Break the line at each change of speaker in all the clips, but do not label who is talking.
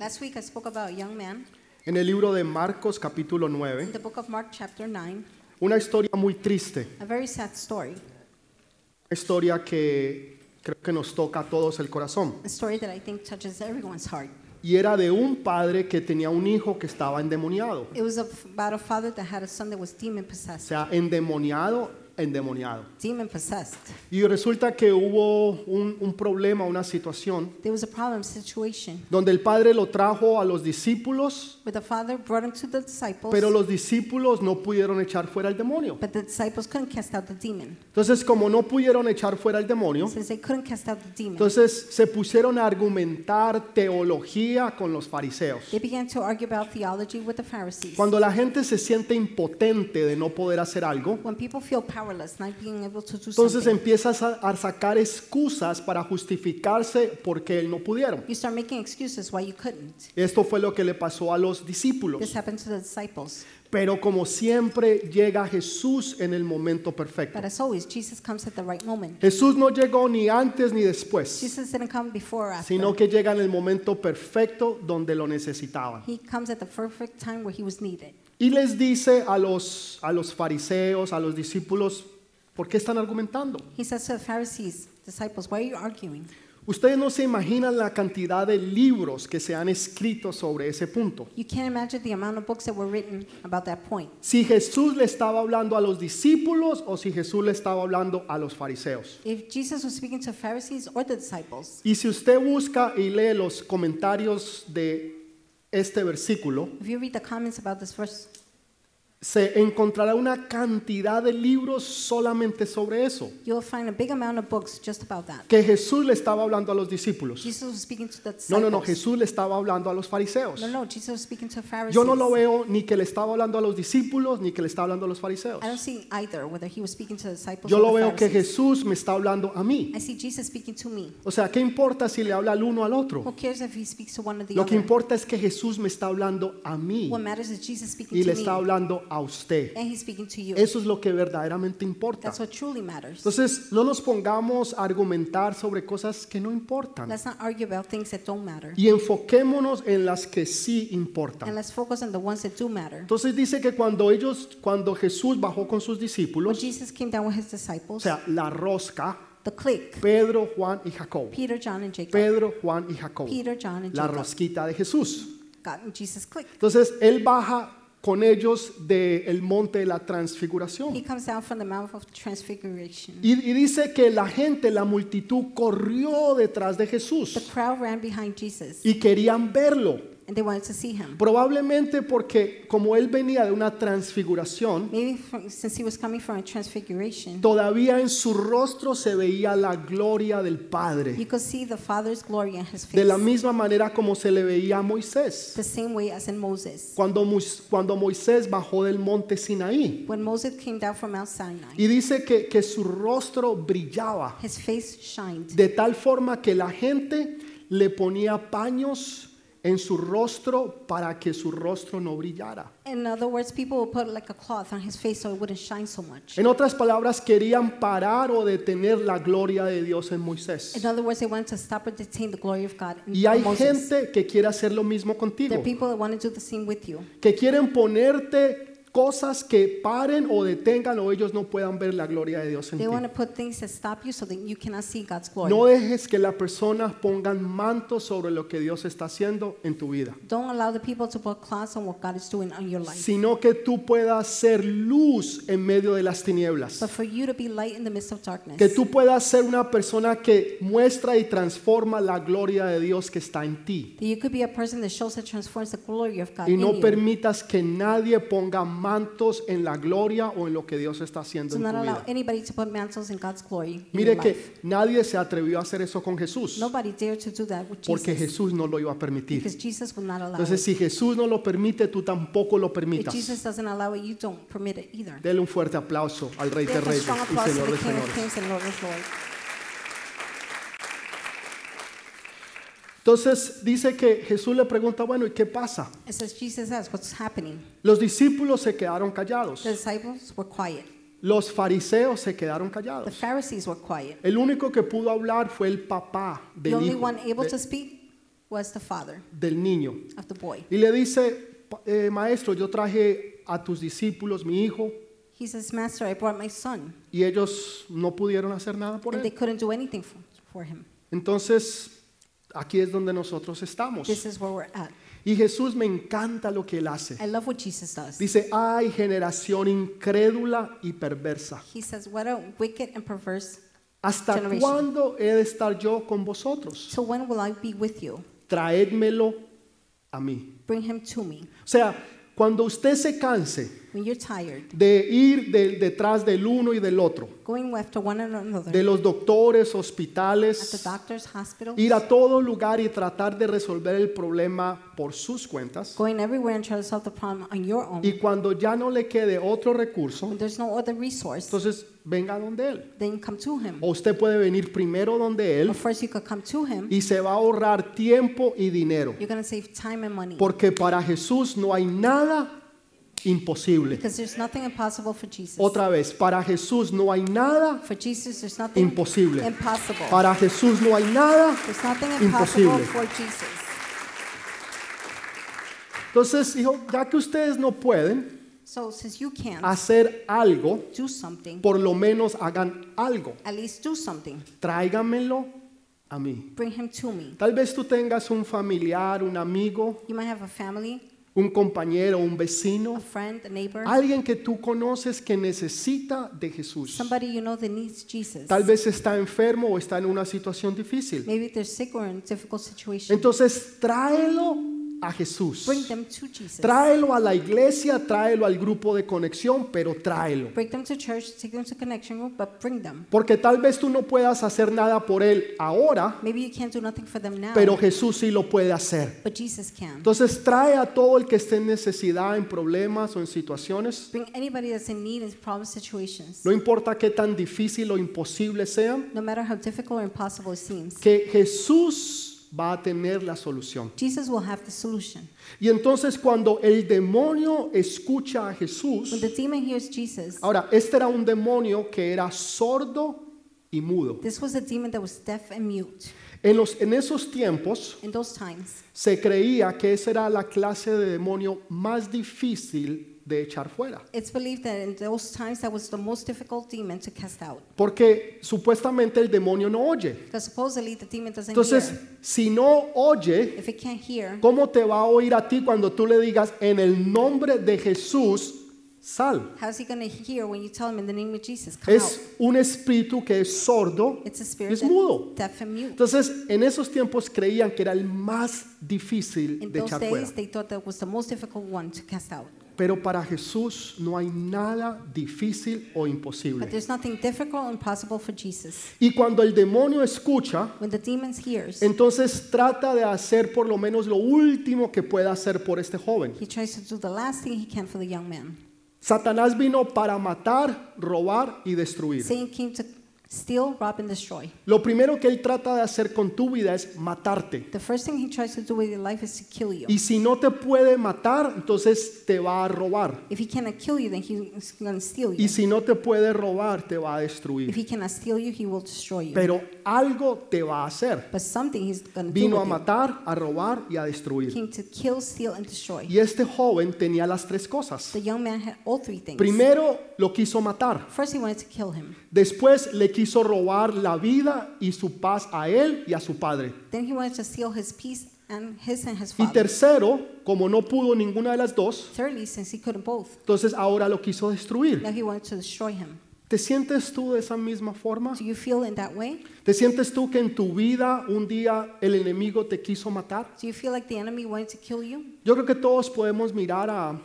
Last week I spoke about a young man
en el libro de Marcos capítulo
in
9,
the book of Mark, chapter 9,
una historia muy triste,
a very sad story,
una historia que creo que nos toca a todos el corazón.
a story that I think touches everyone's heart.
Y era de un padre que tenía un hijo que estaba endemoniado,
It was of- about a father that had a son that was demon
o
possessed.
sea, endemoniado, endemoniado.
Demon possessed.
Y resulta que hubo un, un problema, una situación,
There was a problem situation
donde el padre lo trajo a los discípulos,
where the father brought him to the disciples,
pero los discípulos no pudieron echar fuera el demonio.
but the disciples couldn't cast out the demon.
Entonces, como no pudieron echar fuera el demonio,
Since they couldn't cast out the demon,
entonces se pusieron a argumentar teología con los fariseos.
they began to argue about theology with the Pharisees.
Cuando la gente se siente impotente de no poder hacer algo,
when people feel powerless, not being able to do
entonces
something,
empiezas a, a sacar excusas para justificarse porque él no pudieron.
you start making excuses why you couldn't.
Esto fue lo que le pasó a los
This
discípulos.
happened to the disciples.
Pero como siempre llega Jesús en el momento perfecto.
But as always, Jesus comes at the right moment.
Jesús no llegó ni antes ni después,
Jesus didn't come before or after.
sino que llega en el momento perfecto donde lo necesitaban.
He comes at the perfect time where he was needed.
Y les dice a los, a los fariseos, a los discípulos, ¿por qué están argumentando?
He says to the Pharisees, disciples, why are you arguing?
Ustedes no se imaginan la cantidad de libros que se han escrito sobre ese punto.
You can't imagine the amount of books that were written about that point.
Si Jesús le estaba hablando a los discípulos o si Jesús le estaba hablando a los fariseos.
If Jesus was speaking to Pharisees or the disciples,
Y si usted busca y lee los comentarios de este versículo,
if you read the comments about this verse,
se encontrará una cantidad de libros solamente sobre eso,
you'll find a big amount of books just about that.
que Jesús le estaba hablando a los discípulos.
Jesus was speaking to the
No,
disciples.
no, no, Jesús le estaba hablando a los fariseos.
No, no, Jesus was speaking to Pharisees.
Yo no lo veo ni que le estaba hablando a los discípulos ni que le estaba hablando a los fariseos.
I don't see either whether he was speaking to the disciples
Yo
or
lo
the
veo que
Pharisees.
Jesús me está hablando a mí.
I see Jesus speaking to me.
O sea, ¿qué importa si le habla al uno al
Who
otro?
cares if he speaks to one or the
Lo que
other?
importa es que Jesús me está hablando a mí
What matters is Jesus speaking
y le
to
está
me,
hablando a usted.
and He's speaking to you.
Eso es lo que verdaderamente importa.
That's what truly matters.
Entonces, no nos pongamos a argumentar sobre cosas que no importan
Let's not argue about things that don't matter,
y enfoquémonos en las que sí
and
importan.
let's focus on the ones that do matter.
Entonces dice que cuando ellos, cuando Jesús bajó con sus
When
discípulos,
Jesus came down with His
o
disciples,
sea, la rosca,
the clique,
Pedro, Juan y Jacob.
Peter, John, and Jacob,
Pedro, Juan y Jacob.
Peter, John, and
La
Jacob,
rosquita de Jesús.
got in Jesus' clique.
Entonces él baja con ellos del monte de la
He
transfiguración.
comes down from the Mount of Transfiguration.
Y, y dice que la gente, la multitud, corrió detrás de
The
Jesús
crowd ran behind Jesus,
y querían verlo.
and they wanted to see Him.
Probablemente porque como él venía de una transfiguración,
Maybe from, since he was coming from a transfiguration,
todavía en su rostro se veía la gloria del
you
Padre.
could see the Father's glory in His face.
De la misma manera como se le veía a Moisés.
the same way as in Moses.
Cuando, Mois- cuando Moisés bajó del monte Sinaí.
When Moses came down from Mount Sinai,
Y dice que, que su rostro brillaba
his face shined
de tal forma que la gente le ponía paños en su rostro para que su rostro no brillara.
In other words, people would put like a cloth on his face so it wouldn't shine so much.
En otras palabras, querían parar o detener la gloria de Dios en Moisés.
In other words, they wanted to stop or detain the glory of God in
Y hay
Moses.
gente que quiere hacer lo mismo
There
contigo,
are people that want to do the same with you.
que quieren ponerte cosas que paren o detengan o ellos no puedan ver la gloria de Dios en ti.
They want to put things that stop you so that you cannot see God's glory.
No dejes que las personas pongan manto sobre lo que Dios está haciendo en tu vida.
Don't allow the people to put cloths on what God is doing on your life.
sino que tú puedas ser luz en medio de las
But
tinieblas.
for you to be light in the midst of darkness.
Que tú puedas ser una persona que muestra y transforma la gloria de Dios que está en ti.
That you could be a person that shows and transforms the glory of God
Y
in
no
you.
permitas que nadie ponga mantos en la gloria o en lo que Dios está
Do
haciendo en tu
not allow
vida.
anybody to put mantles in God's glory. in
Mire
your life.
que nadie se atrevió a hacer eso con Jesús,
nobody dared to do that with
porque
Jesus
Jesús no lo iba a permitir.
because Jesus would not allow
Entonces,
it.
si Jesús no lo permite, tú tampoco lo
If
permitas.
Jesus doesn't allow it, you don't permit it either.
Dele un fuerte aplauso al Rey de
Give a
Reyes
strong
y
applause to
Señor
the
de
King of
Señores.
Kings and Lord of Lords.
Entonces, dice que Jesús le pregunta, bueno, ¿y qué pasa?
It says Jesus asked, "What's happening?"
Los discípulos se quedaron callados.
The disciples were quiet.
Los fariseos se quedaron
The
callados.
Pharisees were quiet.
El único que pudo hablar fue el papá
The
del
only
hijo,
one able
de-
to speak was the father
del niño.
of the boy.
Y le dice, "Pa- eh, maestro, yo traje a tus discípulos mi hijo
He says, Master, I brought my son.
y ellos no pudieron hacer nada por
And they
él.
couldn't do anything for, for him.
Entonces, aquí es donde nosotros
This
estamos.
is where we're at.
Y Jesús me encanta lo que él hace.
I love what Jesus does.
Dice, ay, generación incrédula y perversa.
He says, What a wicked and perverse.
¿Hasta
Generation.
cuándo he de estar yo con vosotros?
So when will I be with you?
Traédmelo a mí.
Bring him to me.
O sea, cuando usted se canse
When you're tired,
de ir del- detrás del uno y del otro,
going after one another
de los doctores,
at the
hospitales,
doctor's hospital,
ir a todo lugar y tratar de resolver el problema por sus cuentas.
going everywhere and trying to solve the problem on your own.
Y cuando ya no le quede otro recurso,
When there's no other resource,
entonces venga donde él.
then come to him.
O usted puede venir primero donde él
But first, you could come to him.
y se va a ahorrar tiempo y dinero.
You're going to save time and money.
Porque para Jesús no hay nada imposible.
Because there's nothing impossible for Jesus.
Otra vez, para Jesús no hay nada.
For Jesus, there's nothing
Imposible.
impossible.
Para Jesús no hay nada.
There's nothing impossible
Imposible.
for Jesus.
Entonces, hijo, ya que ustedes no pueden
So since you can't
hacer algo,
do something,
por lo menos hagan algo.
at least do something.
Tráigamelo a mí.
Bring him to me.
Tal vez tú tengas un familiar, un amigo,
You might have a family,
un compañero, un
a
vecino,
friend, a neighbor,
alguien que tú conoces que necesita de Jesús.
somebody you know that needs Jesus.
Tal vez está enfermo o está en una situación difícil.
Maybe they're sick or in a difficult situation.
Entonces tráelo a Jesús.
Bring them to Jesus.
Tráelo a la iglesia, tráelo al grupo de conexión, pero tráelo.
Bring them to church, take them to connection group, but bring them.
Porque tal vez tú no puedas hacer nada por él ahora,
Maybe you can't do nothing for them now,
pero Jesús sí lo puede hacer.
but Jesus can.
Entonces trae a todo el que esté en necesidad, en problemas o en situaciones.
Bring anybody that's in need in problem situations.
No importa qué tan difícil o imposible sean,
No matter how difficult or impossible it seems,
que Jesús va a tener la solución.
Jesus will have the solution.
Y entonces cuando el demonio escucha a
When
Jesús,
the demon hears Jesus,
ahora, este era un demonio que era sordo y mudo.
this was a demon that was deaf and mute.
En, los, en esos tiempos
in those times.
se creía que esa era la clase de demonio más difícil de echar fuera,
It's believed that in those times that was the most difficult demon to cast out.
porque supuestamente el demonio no oye.
Because supposedly the demon doesn't
Entonces,
hear.
si no oye,
If it can't hear,
¿cómo te va a oír a ti cuando tú le digas en el nombre de Jesús, sal?
how's he going to hear when you tell him in the name of Jesus, come out?
Es un espíritu que es sordo,
It's a spirit
es
that
mudo.
deaf and mute.
Entonces, en esos tiempos creían que era el más difícil
In
de
those
echar
days,
fuera.
they thought that was the most difficult one to cast out.
Pero para Jesús no hay nada difícil o
But
imposible.
there's nothing difficult and impossible for Jesus.
Y cuando el demonio escucha,
When the demon hears,
entonces trata de hacer por lo menos lo último que pueda hacer por este joven.
he tries to do the last thing he can for the young man.
Satanás vino para matar, robar y destruir.
Satan came to steal, rob, and destroy.
Lo primero que él trata de hacer con tu vida es matarte.
The first thing he tries to do with your life is to kill you.
Y si no te puede matar, entonces te va a robar.
If he cannot kill you, then he's going to steal you.
Y si no te puede robar, te va a
If
destruir.
he cannot steal you, he will destroy you.
Pero algo te va a hacer.
but something he's going to do
Vino a
with you.
matar, a robar y a
He
destruir.
came to kill, steal, and destroy.
Y este joven tenía las tres cosas.
The young man had all three things.
Primero lo quiso matar,
First, he wanted to kill him.
después le quiso robar la vida y su paz a él y a su padre.
Then he wanted to steal his peace and his and his
Y
father.
tercero, como no pudo ninguna de las dos,
Thirdly, since he couldn't both,
entonces ahora lo quiso destruir.
now he wanted to destroy him.
¿Te sientes tú de esa misma forma?
Do you feel in that way?
¿Te sientes tú que en tu vida un día el enemigo te quiso matar?
Do you feel like the enemy wanted to kill you?
Yo creo que todos podemos mirar a-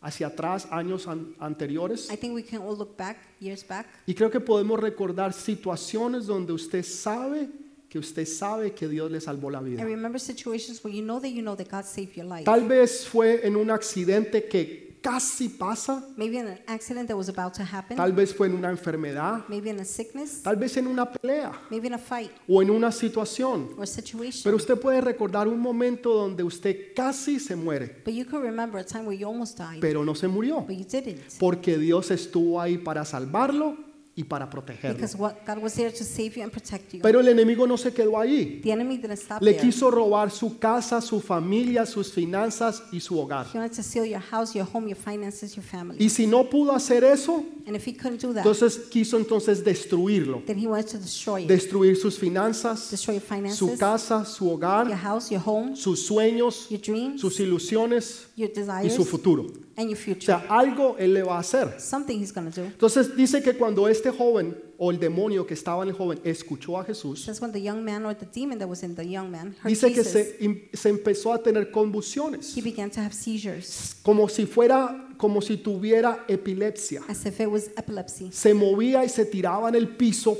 hacia atrás años an- anteriores
I think we can all look back, years back,
Y creo que podemos recordar situaciones donde usted sabe que usted sabe que Dios le salvó la vida.
and remember situations where you know that you know that God saved your life.
Tal vez fue en un accidente que casi pasa,
Maybe in an accident that was about to happen,
tal vez fue en una enfermedad,
maybe in a sickness,
tal vez en una pelea
maybe in a fight
o en una situación.
or situation.
Pero usted puede recordar un momento donde usted casi se muere,
But you could remember a time where you almost died,
pero no se murió,
but you didn't.
porque Dios estuvo ahí para salvarlo y para protegerlo.
Because what, God was there to save you and protect you.
Pero el enemigo no se quedó ahí.
the enemy didn't stop
Le
there.
quiso robar su casa, su familia, sus finanzas y su hogar.
He wanted to steal your house, your home, your finances, your family.
Y si no pudo hacer eso,
And if he couldn't do that,
entonces quiso entonces destruirlo.
then he wanted to destroy it.
Destruir sus finanzas,
Destroy your
su
finances,
casa, su
your
hogar,
house, your home,
sus sueños,
your dreams,
sus ilusiones
your
y
desires,
su futuro.
and your
O
future.
sea, algo él le va a hacer.
Something he's going to do.
Entonces dice que cuando este joven o el demonio que estaba en el joven escuchó a Jesús,
That's when the young man or the demon that was in the young man heard
dice que
Jesus.
se, im- se empezó a tener
He
convulsiones,
began to have seizures
como si fuera, como si tuviera epilepsia.
as if it was epilepsy,
Se movía y se tiraba en el piso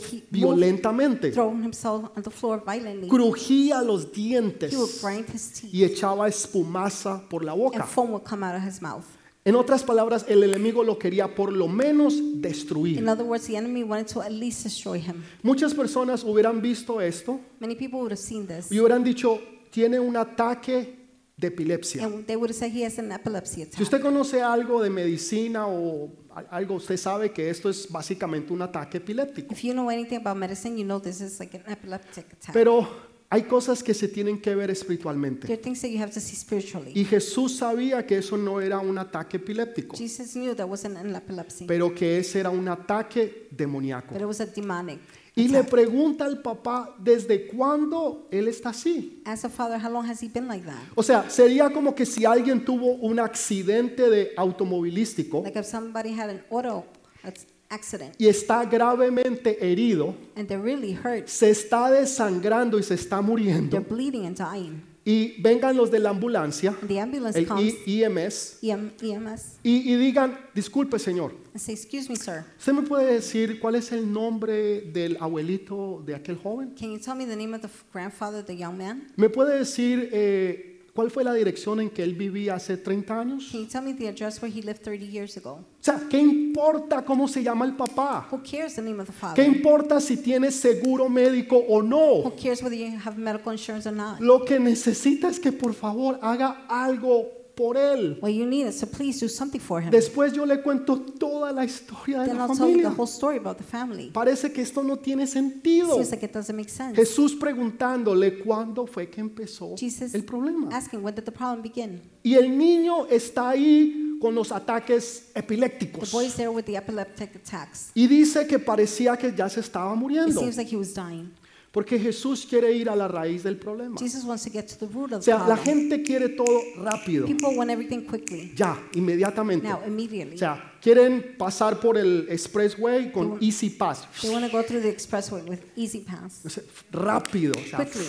violentamente,
throwing himself on the floor violently.
crujía los
He would
dientes
grind his teeth,
y echaba espumaza por la
and
boca.
foam would come out of his mouth.
En otras palabras, el enemigo lo quería por lo menos destruir.
In other words, the enemy wanted to at least destroy him.
Muchas personas hubieran visto esto
Many people would have seen this,
y hubieran dicho, tiene un ataque de epilepsia.
and they would have said he has an epilepsy
Si
attack.
usted conoce algo de medicina o a- algo, usted sabe que esto es básicamente un ataque epiléptico.
If you know anything about medicine, you know this is like an epileptic attack.
Pero hay cosas que se tienen que ver
there
espiritualmente.
are things that you have to see spiritually.
Y Jesús sabía que eso no era un ataque epiléptico,
Jesus knew that wasn't an epilepsy,
pero que ese era un ataque demoníaco.
but it was a demonic.
Y le
attack.
pregunta al papá desde cuándo él está así.
Ask the father, how long has he been like that?
O sea, sería como que si alguien tuvo un accidente de automovilístico
Like if somebody had an auto ac- accident
y está gravemente herido,
and they're really hurt,
se está desangrando y se está
they're
muriendo
bleeding and dying,
y vengan los de la ambulancia,
and the ambulance
el
comes, E
I- IMS,
EM, EMS,
y, y digan, disculpe señor,
and say, "Excuse me, sir,
¿usted me puede decir cuál es el nombre del abuelito de aquel joven?
can you tell me the name of the f- grandfather, of the young man?
¿Me puede decir eh, cuál fue la dirección en que él vivía hace 30 años?
Can you tell me the address where he lived 30 years ago?
O sea, ¿qué importa cómo se llama el papá?
Who cares the name of the
¿Qué
father?
importa si tiene seguro médico o
Who
no?
cares whether you have medical insurance or not?
Lo que necesita es que por favor haga algo por él.
What you need is to please do something for him."
Después yo le cuento toda la historia de
Then
la
I'll tell you the
familia.
whole story about the family.
Parece que esto no tiene sentido.
Seems like it doesn't make sense.
Jesús preguntándole cuándo fue que empezó
Jesus
el problema.
asking, when did the problem begin?
Y el niño está ahí con los ataques
The
epilépticos.
boy's there with the epileptic attacks.
Y dice que parecía que ya se estaba
It
muriendo.
seems like he was dying.
Porque Jesús quiere ir a la raíz del problema.
Jesus wants to get to the root
O
of the
sea, la
problem.
gente quiere todo rápido.
People want everything quickly,
Ya, inmediatamente.
now,
O
immediately.
sea, quieren pasar por el expressway con Easy Pass.
They want to go through the expressway with easy pass.
O sea, rápido, o sea,
Quickly.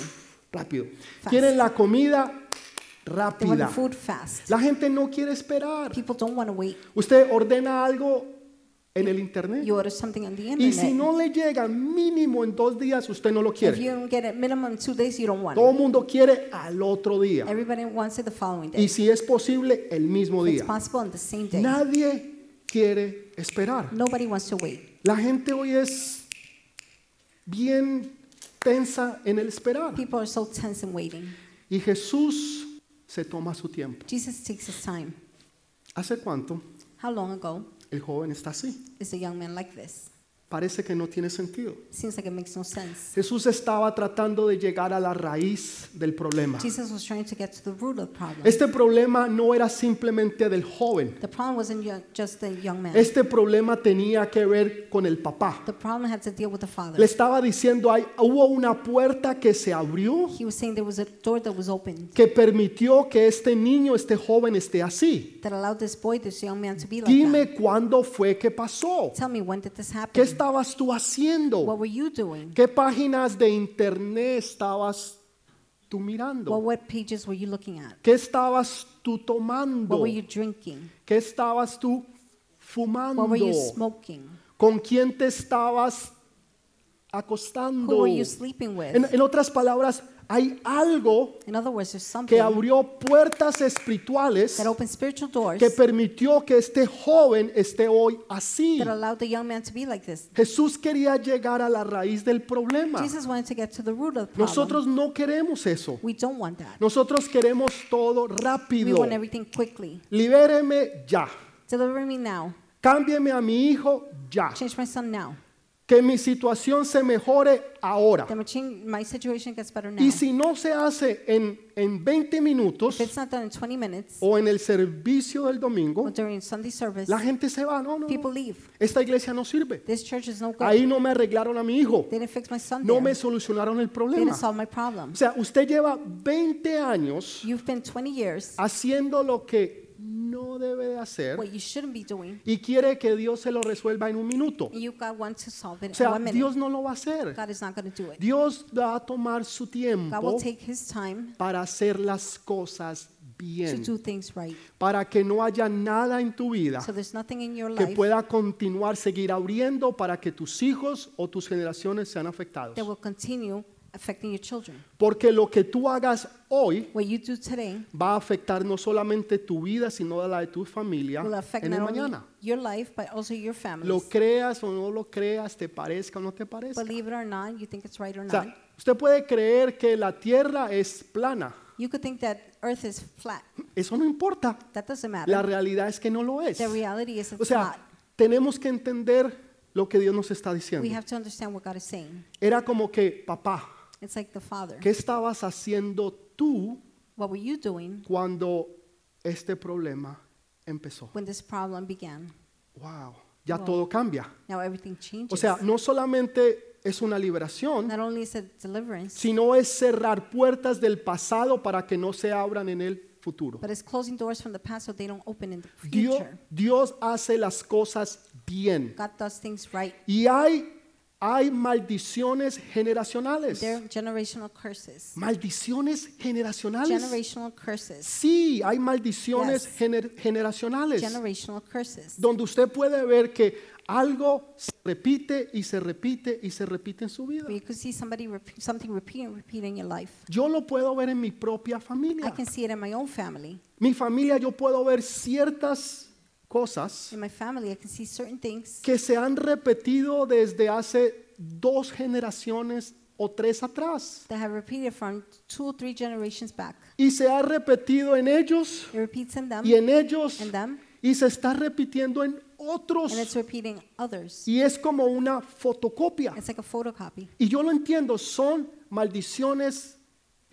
rápido.
Fast.
Quieren la comida
They want the
rápida.
food fast.
La gente no quiere esperar.
People don't want to wait.
Usted ordena algo en el internet
You order something on the
y si
internet.
no le llega mínimo en dos días, usted no lo
If
quiere.
you don't get it minimum two days, you don't want
Todo
it.
el mundo quiere al otro día
Everybody wants it the following day.
y
If
si es posible el mismo
it's
día.
possible on the same day.
Nadie quiere esperar.
Nobody wants to wait.
La gente hoy es bien tensa en el esperar.
People are so tense and waiting.
Y Jesús se toma su tiempo.
Jesus takes his time.
¿Hace cuánto
How long ago
el joven está así?
is a young man like this?
Parece que no tiene sentido.
Seems like it makes no sense.
Jesús estaba tratando de llegar a la raíz del problema.
Jesus was trying to get to the root of the problem.
Este problema no era simplemente del joven.
The problem wasn't yo- just the young man.
Este problema tenía que ver con el papá.
The problem had to deal with the father.
Le estaba diciendo, hay, hubo una puerta que se abrió
He was saying there was a door that was opened
que permitió que este niño, este joven esté así.
that allowed this boy, this young man, to be like
Dime cuándo fue que pasó.
that. Tell me, when did this
¿Qué
happen?
estabas tú haciendo?
What were you doing?
¿Qué páginas de internet estabas tú
What
mirando?
web pages were you looking at?
¿Qué estabas tú
What
tomando?
were you drinking?
¿Qué estabas tú
What were you
fumando?
smoking?
¿Con quién te estabas
Who
acostando?
were you sleeping
En,
with?
en otras palabras, hay algo
In other words, there's
que
something
abrió puertas espirituales
that opened spiritual doors
que permitió que este joven esté hoy así.
that allowed the young man to be like this.
Jesús quería llegar a la raíz del problema.
Jesus wanted to get to the root of the problem.
Ah. Nosotros no queremos eso.
We don't want that.
Nosotros queremos todo
We
rápido.
want everything quickly.
Libéreme ya.
Deliver me now.
Cámbieme a mi hijo ya.
Change my son now.
que mi situación se mejore ahora.
Then my, ching- my situation gets better now.
Y si no se hace en, en 20 minutos
If it's not done in 20 minutes
o en el servicio del domingo,
or during Sunday service,
Oh. la gente se va. No, no, no.
people leave.
Esta iglesia no sirve.
This church is no good.
Ahí no me arreglaron a mi hijo.
they didn't fix my son
No
there.
me solucionaron el
They didn't
problema.
solve my problem.
O sea, usted lleva 20 años
You've been 20 years.
haciendo lo que no debe de hacer
What you shouldn't be doing,
y quiere que Dios se lo resuelva en un minuto.
and you got one to solve it
O
in
sea,
one minute.
Dios no lo va a hacer.
God is not going to do it.
Dios va a tomar su
God
tiempo
will take His time
para hacer las cosas
to
bien,
do things right.
para que no haya nada en tu vida
So there's nothing in your
que
life
pueda continuar, seguir abriendo para que tus hijos o tus generaciones sean afectados.
that will continue affecting your children.
Porque lo que tú hagas hoy
What you do today
va a afectar no solamente tu vida, sino la de tu familia
will affect
en el
not only
mañana.
your life but also your family.
Lo creas o no lo creas, te parezca o no te parezca.
Believe it or not, you think it's right or
O
not.
sea, usted puede creer que la tierra es plana.
You could think that Earth is flat.
Eso no importa.
That doesn't
La
matter.
realidad es que no lo es.
The reality is
O
it's not.
sea, tenemos que entender lo que Dios nos está
We
diciendo.
have to understand what God is saying.
Era como que, papá,
It's like the Father.
¿qué estabas haciendo tú
What were you doing
cuando este problema empezó?
when this problem began?
Wow, ya
Wow.
todo cambia.
Now everything changes.
O sea, no solamente es una liberación,
not only is it deliverance,
sino es cerrar puertas del pasado para que no se abran en el futuro.
but it's closing doors from the past so they don't open in the
Dios,
future.
Dios hace las cosas bien.
God does things right.
Y hay, hay maldiciones generacionales.
They're generational curses.
Maldiciones generacionales.
Generational curses.
Sí, hay maldiciones
Yes.
gener- generacionales.
Generational curses.
Donde usted puede ver que algo se repite y se repite y se repite en su vida.
Where you could see somebody repeat, something repeating, repeating in your life.
Yo lo puedo ver en mi propia
I
familia.
can see it in my own family.
Mi familia yo puedo ver ciertas cosas
In my family, I can see certain things
que se han repetido desde hace dos generaciones o tres atrás.
that have repeated from two or three generations back.
Y se ha repetido en ellos
It repeats in them
y en ellos
and them,
y se está repitiendo en otros.
and it's repeating others.
Y es como una fotocopia.
It's like a photocopy.
Y yo lo entiendo, son maldiciones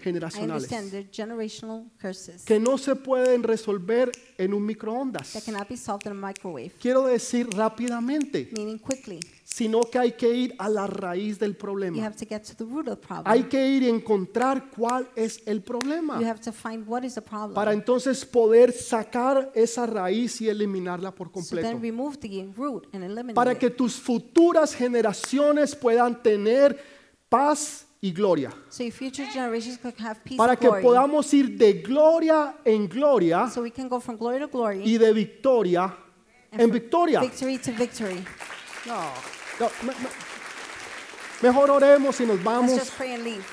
I understand
generacionales
they're generational curses
que no se pueden resolver en un
that
microondas.
cannot be solved in a microwave,
Quiero decir rápidamente,
meaning quickly.
sino que hay que ir a la raíz del
You
problema.
have to get to the root of the
Hay
problem.
que ir y encontrar cuál es el
You
problema
have to find what is the
para
problem.
entonces poder sacar esa raíz y eliminarla por
So then
completo.
remove the root and eliminate
Para
it.
que tus futuras generaciones puedan tener paz y gloria.
So your future generations could have peace
Para
and
que
glory.
podamos ir de gloria en gloria
so we can go from glory to glory,
y de victoria en
from
victoria.
victory to victory.
No, no, me- me- mejor oremos y nos
Let's
vamos.
just pray and leave.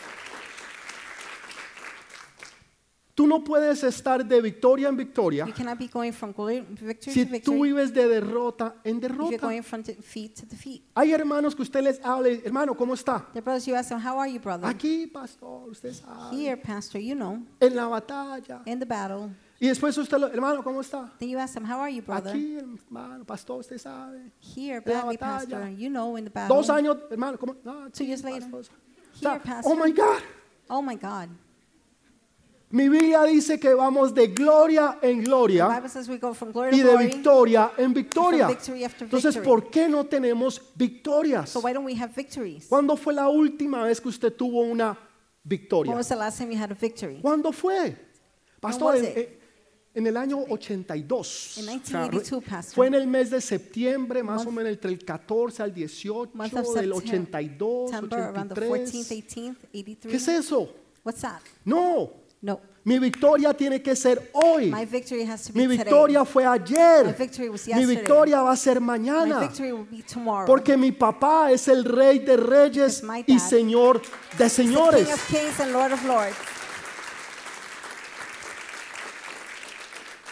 Tú no puedes estar de victoria en victoria
You cannot be going from glory, victory
si
to
tú
victory.
vives de derrota en
If you're
derrota.
going from defeat to defeat.
Hay hermanos que usted les hable, hermano, ¿cómo está?
The brothers, you ask them, how are you, brother?
Aquí, pastor, usted sabe,
Here, pastor, you know,
en la batalla.
in the battle.
Y después usted, lo- hermano, ¿cómo está?
Then you ask them, how are you, brother?
Aquí, hermano, pastor, usted sabe.
Here,
la
badly, pastor,
batalla.
you know, in the battle.
Dos años, hermano, ¿cómo? No,
Two years later.
pastor. O sea,
Here, pastor.
oh my God.
Oh my God.
Mi Biblia dice que vamos de gloria en
The
gloria
Bible says we go from glory
y
to
de
glory.
victoria en victoria.
From victory after
Entonces,
victory.
¿por qué no tenemos victorias?
So why don't we have victories?
¿Cuándo fue la última vez que usted tuvo una
When
victoria?
was the last time you had a victory?
¿Cuándo fue? Pastor,
was
en,
it?
en- en el año 82.
In
O sea,
1982, Pastor.
Fue en el mes de septiembre, más o
Month-
menos entre el 14 al 18
Month of
del
Septem-
82,
September, around the 14th,
83.
18th,
¿Qué
83.
es eso?
What's that?
No,
No.
mi victoria tiene que ser hoy.
My victory has to be
Mi victoria
today.
fue ayer.
My victory was
Mi
yesterday.
victoria va a ser
My
mañana.
victory will be tomorrow.
Porque mi papá es el rey de reyes
Because my
y
dad
señor de
He's the
señores.
King of kings and Lord of lords.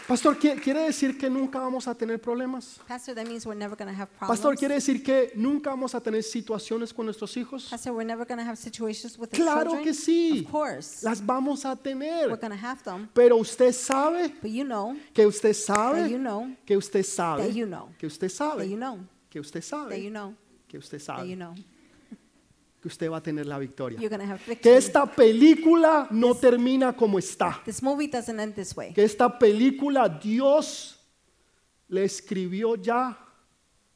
Pastor, ¿qui- ¿quiere decir que nunca vamos a tener problemas?
Pastor, that means we're never going to have problems.
Pastor, ¿quiere decir que nunca vamos a tener situaciones con nuestros hijos?
Pastor, we're never going to have situations with the
Claro
children.
que sí.
Of course.
Las vamos a
We're
tener.
going to have them.
Pero usted sabe
But you know
que usted
that you
sabe
know
que usted sabe
that you know
que usted
that you
sabe
know
que usted
that you
sabe
know
que usted
that you
sabe
know
que usted va a tener la victoria.
you're going to have victory.
Que esta película no termina como está.
This movie doesn't end this way.
Que esta película Dios le escribió ya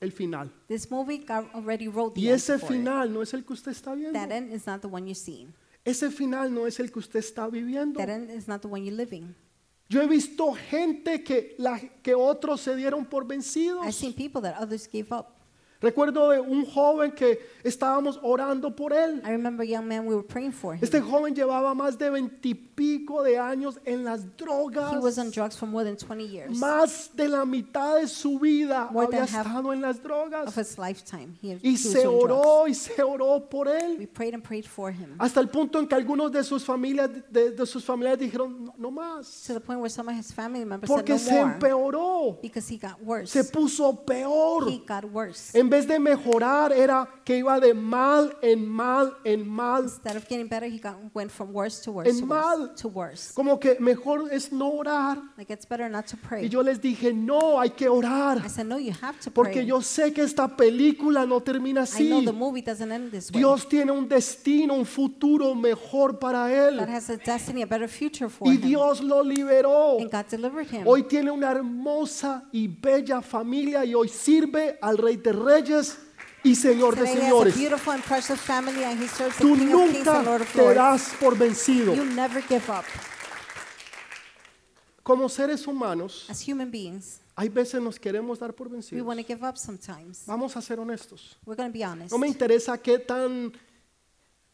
el final.
This movie God already wrote the
Y
end
ese
for it.
final no es el que usted está viendo.
That end is not the one you're seeing.
Ese final no es el que usted está viviendo.
That end is not the one you're living.
Yo he visto gente que, la- que otros se dieron por
I've
vencidos.
seen people that others gave up.
Recuerdo de un joven que estábamos orando por él.
I remember a young man we were praying for. Him.
Este joven llevaba más de veintipico de años en las
He was on
drogas.
drugs for more than 20 years
Más de la mitad de su vida
More than
había
half
estado en las
of
drogas.
his lifetime. He, he
Y
was
se
on drugs.
oró y se oró por él.
We prayed and prayed for him
Hasta el punto en que algunos de sus familias, de, de sus familias dijeron, no, no más.
to the point where some of his family members
Porque
said no
se
more
empeoró.
because he got worse.
Se puso peor.
He got worse.
En vez de mejorar era que iba de mal en mal en mal.
Instead of getting better, he got, went from worse to worse to
En mal.
worse to worse.
Como que mejor es no orar.
Like it's better not to pray.
Y yo les dije, no, hay que orar.
I said, no, you have to
Porque
pray.
yo sé que esta película no termina
I know
así.
the movie doesn't end this way.
Dios tiene un destino, un futuro mejor para
God
él.
has a destiny, a better future for
Y
him.
Dios lo liberó.
and God delivered him.
Hoy tiene una hermosa y bella familia y hoy sirve al Rey de Reyes y Señor de
Today he has a
Señores.
beautiful and precious family, and he serves the
Tú
King of Kings and
nunca
Lord of
te
Lords.
das por vencido.
You never give up.
Como seres humanos,
As human beings,
hay veces nos queremos dar por
we
vencidos.
want to give up sometimes.
Vamos a ser honestos.
We're going to be honest.
Ah. No me interesa qué tan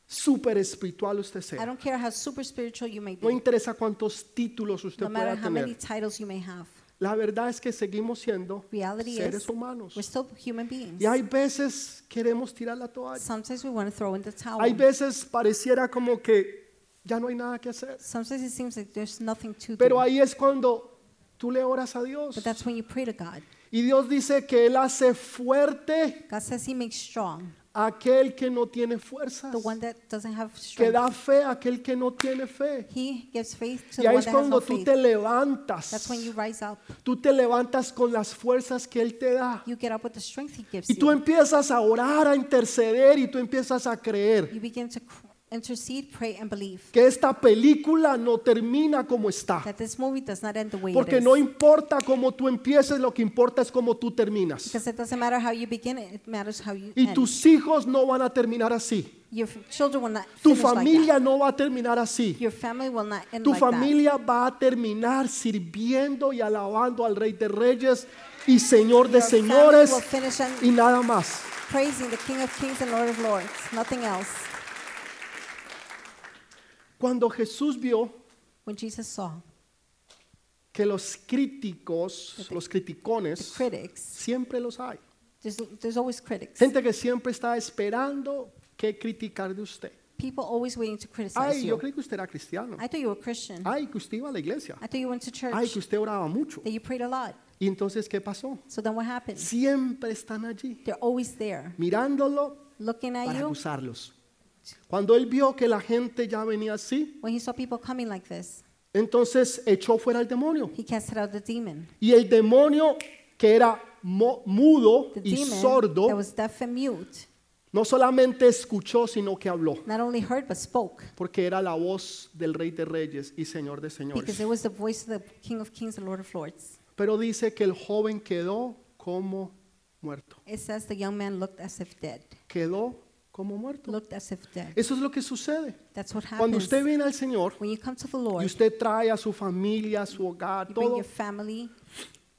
súper espiritual usted
I
sea.
don't care how super spiritual you may
No
be,
interesa cuántos títulos usted
no matter
pueda
how many
tener.
titles you may have.
La verdad es que seguimos siendo
Reality
seres
is,
humanos.
we're still human beings.
Y hay veces queremos tirar la toalla.
Sometimes we want to throw in the towel.
Hay veces pareciera como que ya no hay nada que hacer.
Sometimes it seems like there's nothing to
Pero
do.
ahí es cuando tú le oras a Dios.
But that's when you pray to God.
Y Dios dice que Él hace fuerte
God says He makes strong
a aquel que no tiene fuerzas.
the one that doesn't have
Que
strength.
da fe a aquel que no tiene fe.
He gives faith to
Y
the
ahí
one
es
that has no
cuando tú
faith.
te
That's
levantas.
when you rise up.
Tú te levantas con las fuerzas que Él te da.
You get up with the strength He gives
Y tú
you.
empiezas a orar, a interceder y tú empiezas a creer
You begin to cr- intercede, pray, and believe
que esta película no termina como está.
that this movie does not end the way it
Porque
is.
no importa cómo tú empieces, lo que importa es cómo tú terminas.
because it doesn't matter how you begin, it matters how you
Y
end.
tus hijos no van a terminar así.
Your f- children will not
Tu
finish like
familia no va a terminar
that.
así.
Your family will not end
Tu
like
familia va a terminar sirviendo y alabando al Rey de Reyes y Señor de
that. Your family
Señores
will finish and
y nada más.
praising the King of Kings and Lord of Lords, nothing else.
Cuando Jesús vio
When Jesus saw
que los críticos, los
the
criticones,
critics,
siempre los hay.
there's, there's always critics.
Gente que siempre está esperando que criticar de usted.
People always waiting to criticize
Ay,
you.
yo creí que usted era cristiano.
I thought you were Christian.
Ay, que usted iba a la iglesia.
I thought you went to church.
Ay, que usted oraba mucho.
that you prayed a lot.
Y entonces, ¿qué pasó?
So then what happened?
Siempre están allí,
They're always there,
mirándolo
looking at
para
you.
acusarlos. Cuando él vio que la gente ya venía así,
When he saw people coming like this,
entonces echó fuera al demonio.
he casted out the demon.
Y el demonio, que era mo- mudo
The
y
demon
sordo,
that was deaf and mute
no solamente escuchó, sino que habló.
not only heard but spoke
Porque era la voz del Rey de Reyes y Señor de
because
Señores.
it was the voice of the King of Kings and Lord of Lords.
Pero dice que el joven quedó como muerto.
It says the young man looked as if dead.
Quedó como muerto.
Looked as if dead.
Eso es lo que sucede.
That's what
Cuando
happens.
usted viene al Señor
When you come to the
y
Lord,
usted trae a su familia, a su hogar,
you bring
todos
your family,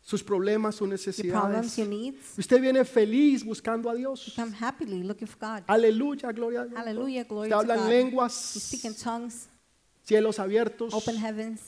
sus problemas, sus
your problems,
necesidades.
your needs.
Usted viene feliz buscando a Dios.
Come happily looking for God.
Aleluya, gloria a Dios.
Hallelujah, glory
Usted
to
habla en
God. You
lenguas,
speak in tongues,
cielos abiertos,
open heavens.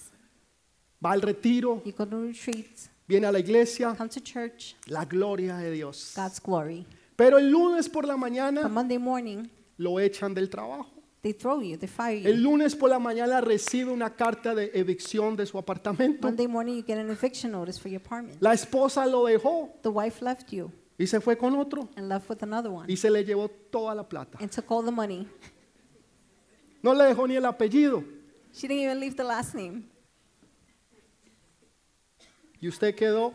va al retiro,
You go to retreats,
viene a la iglesia,
come to church.
la gloria de Dios.
God's glory.
Pero el lunes por la
On
mañana
Monday morning,
lo echan del trabajo.
they throw you, they fire
El
you.
lunes por la mañana recibe una carta de evicción de su apartamento.
Monday morning, you get an eviction notice for your apartment.
La esposa lo dejó
The wife left you
y se fue con otro
and left with another one
y se le llevó toda la plata.
and took all the money.
No le dejó ni el apellido.
She didn't even leave the last name,
Y usted quedó,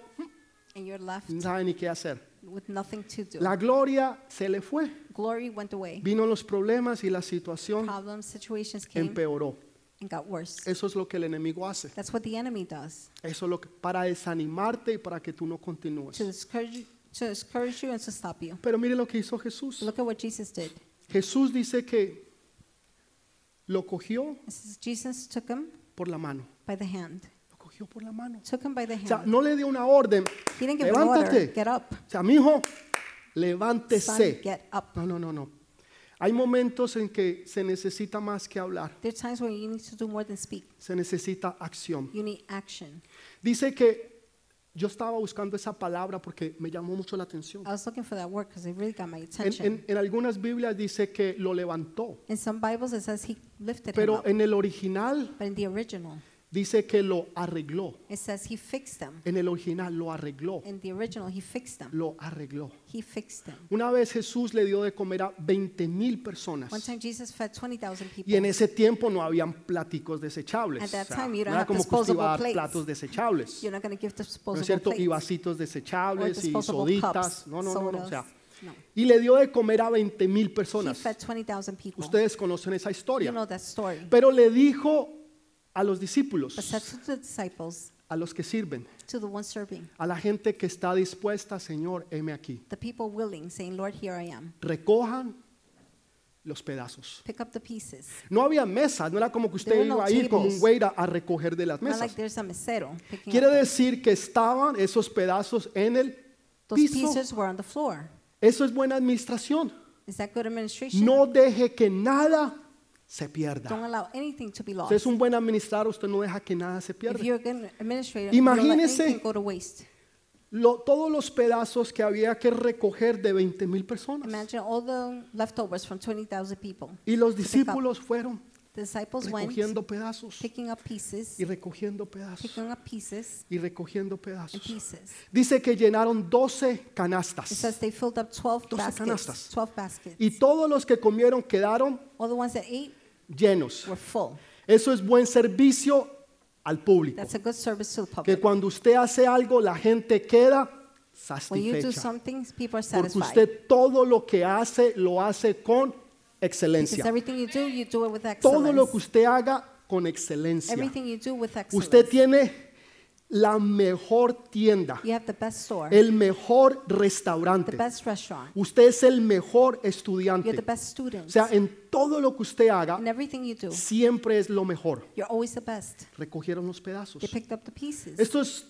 and you're left.
no sabe ni qué hacer.
with nothing to do.
La gloria se le fue.
Glory went away.
Vino los problemas y la situación
Problems, situations came
empeoró.
and got worse.
Eso es lo que el enemigo hace.
That's what the enemy does
Eso es lo que para desanimarte y para que tú no
to
continúes.
discourage, to discourage you and to stop you.
Pero mire lo que hizo Jesús.
Look at what Jesus did.
Jesús dice que lo cogió
It says Jesus took him
por la mano.
by the hand.
Lo cogió por la mano.
Took him by the
O sea,
hand.
no le dio una orden.
He didn't give an order.
Levántate.
Get up.
O sea, mi hijo,
Son,
levántese.
get up.
No, no, no, no. Hay momentos en que se necesita más que hablar.
There are times when you need to do more than speak.
Se necesita acción.
You need action.
Dice que yo estaba buscando esa palabra porque me llamó mucho la atención.
I was looking for that word because it really got my
En,
attention.
en- en algunas Biblias dice que lo levantó,
in some Bibles, it says he lifted him
pero
up.
en el original
But in the original,
dice que lo arregló.
it says he fixed them.
En el original lo arregló,
In the original, he fixed them.
lo arregló.
He fixed them.
Una vez Jesús le dio de comer a 20 mil personas.
One time, Jesus fed 20,000
Y
people.
en ese tiempo no habían platicos desechables.
At that
O sea,
time, you don't
no era
have
como que usted
disposable
iba a dar
plates.
platos desechables.
You're not going to give
¿No
disposable
es cierto? Y
plates
vasitos
or
desechables y
disposable
soditas.
cups,
No, no, no, no. O
sodas.
sea,
No.
y le dio de comer a 20 mil
He
personas.
fed 20,000 people.
Ustedes conocen esa
you
historia.
know that story.
Pero le dijo a los discípulos,
But said to the disciples,
a los que sirven,
to the one serving,
a la gente que está dispuesta, Señor, heme aquí.
the people willing, saying, Lord, here I am.
Recojan los pedazos.
Pick up the pieces.
No había mesas, no era como que usted
There were no
iba a ir como un
tables.
güey a- a recoger de las
Not
mesas.
like there's a mesero. picking
Quiere
up.
decir que estaban esos pedazos en el
Those
piso.
pieces were on the floor.
Eso es buena administración.
Is that good administration?
No deje que nada se
Don't
pierda.
allow anything to be lost.
Usted es un buen administrador, usted no deja que nada se
If
pierda.
you're a good administrator, you don't let
Imagínese.
anything go to waste.
Lo- todos los pedazos que había que recoger de 20 mil personas.
Imagine all the leftovers from 20,000 people.
Y los discípulos fueron
The disciples went
recogiendo pedazos
picking up pieces,
y recogiendo pedazos
picking up pieces
y recogiendo
and
pedazos.
pieces.
Dice que llenaron 12
It says
canastas
they filled up 12
Doce
baskets.
canastas.
12 baskets.
y todos los que comieron quedaron
All the ones that ate
llenos.
were full.
Eso es buen servicio al público.
That's a good service to the
Que
public.
cuando usted hace algo, la gente queda
When you do
satisfecha.
something, people are
Porque
satisfied.
usted todo lo que hace, lo hace con
Because
excelencia.
everything you do, you do it with
Todo lo
excellence.
que usted haga, con excelencia.
Everything you do with
Usted
excellence.
tiene la mejor tienda,
You have the best store,
el mejor
the
restaurante.
best restaurant.
Usted es el mejor
You're the
estudiante.
best
O
student.
sea, en todo lo que usted haga,
In everything you do,
siempre es lo mejor.
you're always the best.
Recogieron los pedazos.
They picked up the pieces.
Esto es,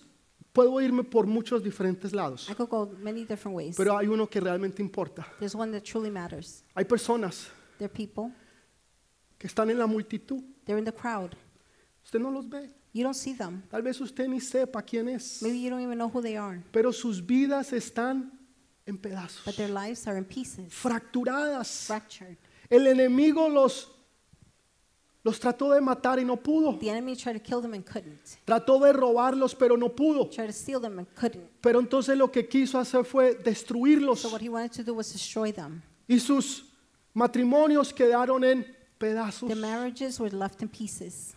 puedo irme por muchos diferentes lados,
I could go many different ways.
pero hay uno que realmente importa.
There's one that truly matters.
Hay personas
They're people.
que están en la multitud.
They're in the crowd.
Usted no los ve.
You don't see them.
Tal vez usted ni sepa quién es,
Maybe you don't even know who they are.
pero sus vidas están en pedazos,
But their lives are in pieces,
fracturadas.
fractured.
El enemigo los, los trató de matar y no pudo.
The enemy tried to kill them and couldn't.
Trató de robarlos, pero no pudo.
Tried to steal them and couldn't.
Pero entonces lo que quiso hacer fue
So
destruirlos
what he wanted to do was destroy them.
y sus matrimonios quedaron en pedazos,
Their marriages were left in pieces.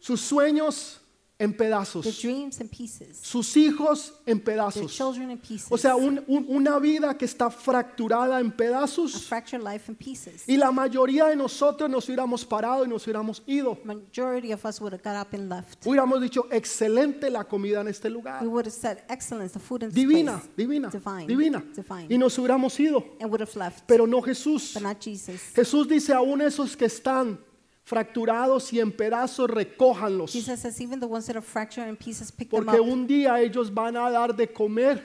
sus sueños en
Their
pedazos,
dreams in pieces.
sus hijos en
Their
pedazos.
children in pieces.
O sea, un- un- una vida que está fracturada en
a
pedazos
fractured life in pieces.
y la mayoría de nosotros nos hubiéramos parado y nos hubiéramos ido.
Majority of us would have got up and left.
Hubiéramos dicho, excelente la comida en este lugar.
We would have said, excellence, the food in this
Divina,
place.
divina,
divine,
divina.
divine.
Y nos hubiéramos ido,
and would have left,
pero no Jesús.
but not Jesus.
Jesús dice, aún esos que están fracturados y en pedazos, recójanlos.
Jesus says, even the ones that are fractured in pieces, pick them
Porque
up,
un día ellos van a dar de comer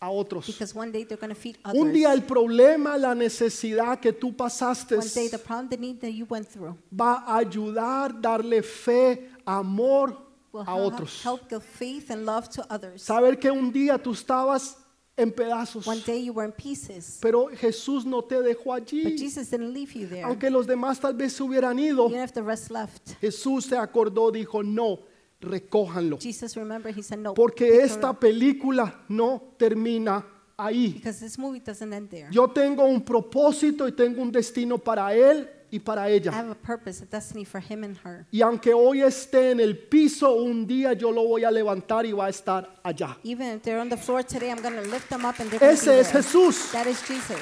a otros.
because one day they're going to feed others.
Un día el problema, la necesidad que tú pasaste
one day the problem, the need that you went through
va a ayudar, darle fe, amor
will
a
help,
otros.
help give faith and love to others.
Saber que un día tú estabas en pedazos,
one day you were in pieces,
pero Jesús no te dejó
but
allí.
Jesus didn't leave you there.
Aunque los demás tal vez se hubieran ido,
Even if the rest left,
Jesús se acordó, dijo, no, recójanlo.
Jesus remembered, he said, no, pick
Porque
her
esta
up,
película no termina ahí.
because this movie doesn't end there.
Yo tengo un propósito y tengo un destino para él y para
I
ella.
have a purpose, a destiny for him and her.
Y aunque hoy esté en el piso, un día yo lo voy a levantar y va a estar allá.
Even if they're on the floor today, I'm going to lift them up and they're going to be
Ese es
there.
Jesús.
That is Jesus.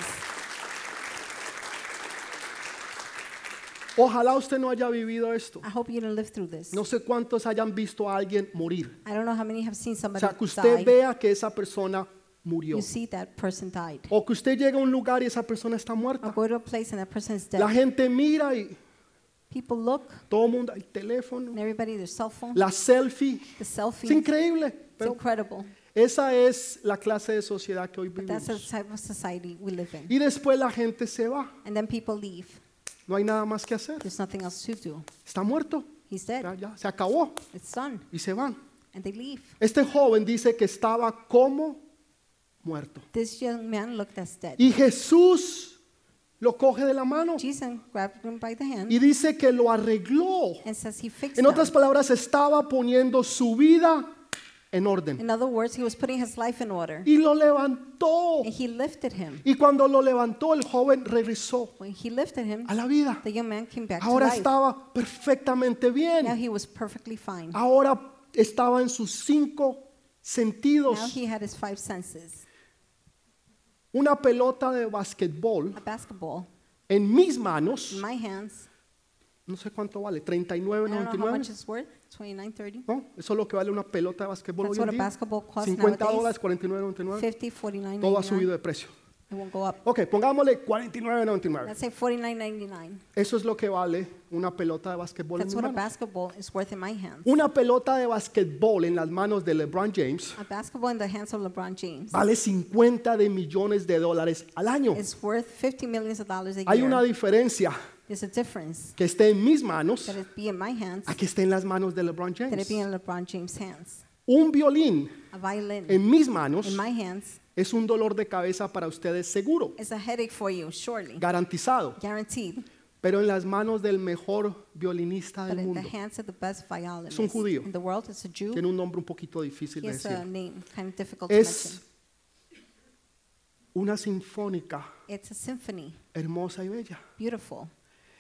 Ojalá usted no haya vivido esto.
I hope you didn't live through this.
No sé cuántos hayan visto a alguien morir.
I don't know how many have seen
O
somebody
sea, que usted
die.
vea que esa persona murió.
You see that person died.
O que usted llega a un lugar y esa persona está
Or
muerta.
go to a place and that person is
La
dead.
gente mira y
People look
todo el mundo, el teléfono,
and everybody, their cell phone,
la selfie.
the
Es
selfie.
increíble.
It's
Pero
incredible.
esa es la clase de sociedad que hoy
But that's the
vivimos.
type of society we live in.
Y después la gente se va.
And then people leave.
No hay nada más que hacer.
There's nothing else to do.
Está muerto.
He's
Ya,
dead.
ya, se acabó.
It's done.
Y se van.
And they leave.
Este joven dice que estaba como muerto.
This young man looked as dead.
Y Jesús lo coge de la mano
Jesus grabbed him by the
y
hand
dice que lo arregló.
and says he fixed
En otras
him.
palabras, estaba poniendo su vida en orden.
In other words, he was putting his life in order.
Y lo levantó.
And he lifted him.
Y cuando lo levantó, el joven regresó
When he lifted him,
a la vida.
the young man came back to
Ahora
life.
estaba perfectamente
Now
bien.
he was perfectly fine.
Ahora estaba en sus cinco
Now
sentidos.
he had his five senses.
Una pelota de basquetbol
A basketball
en mis manos.
in my hands.
No sé cuánto vale,
I don't know how much
39.99.
it's worth. 29, 30.
¿No? Eso es lo que vale una pelota de basquetbol hoy
That's
en
what a
día.
basketball costs
50
nowadays.
dólares, 49.99.
50, 49,
Todo ha subido de precio.
It won't go up.
Ok, pongámosle 49.99.
Let's say 49.99.
Eso es lo que vale una pelota de basquetbol en
That's
mis
what a
manos.
basketball is worth in my hands.
Una pelota de basquetbol en las manos de LeBron James
A basketball in the hands of LeBron James
vale 50 de millones de dólares al año.
is worth 50 millions of dollars a
Hay una
year.
diferencia
There's a difference
que esté en mis manos
that it be in my hands
a que esté en las manos de LeBron
that it be
James.
in LeBron James' hands.
Un violín
A violin
en mis manos
in my hands
es un dolor de cabeza para ustedes seguro,
is a headache for you, surely,
garantizado,
guaranteed.
pero en las manos del mejor violinista
But
del
in the
mundo.
hands of the best violinist
judío.
in the world, it's a Jew.
Tiene un nombre un poquito difícil
He
de
has a
decir.
name, kind of difficult to mention.
Es una sinfónica
It's a symphony,
hermosa y bella.
beautiful.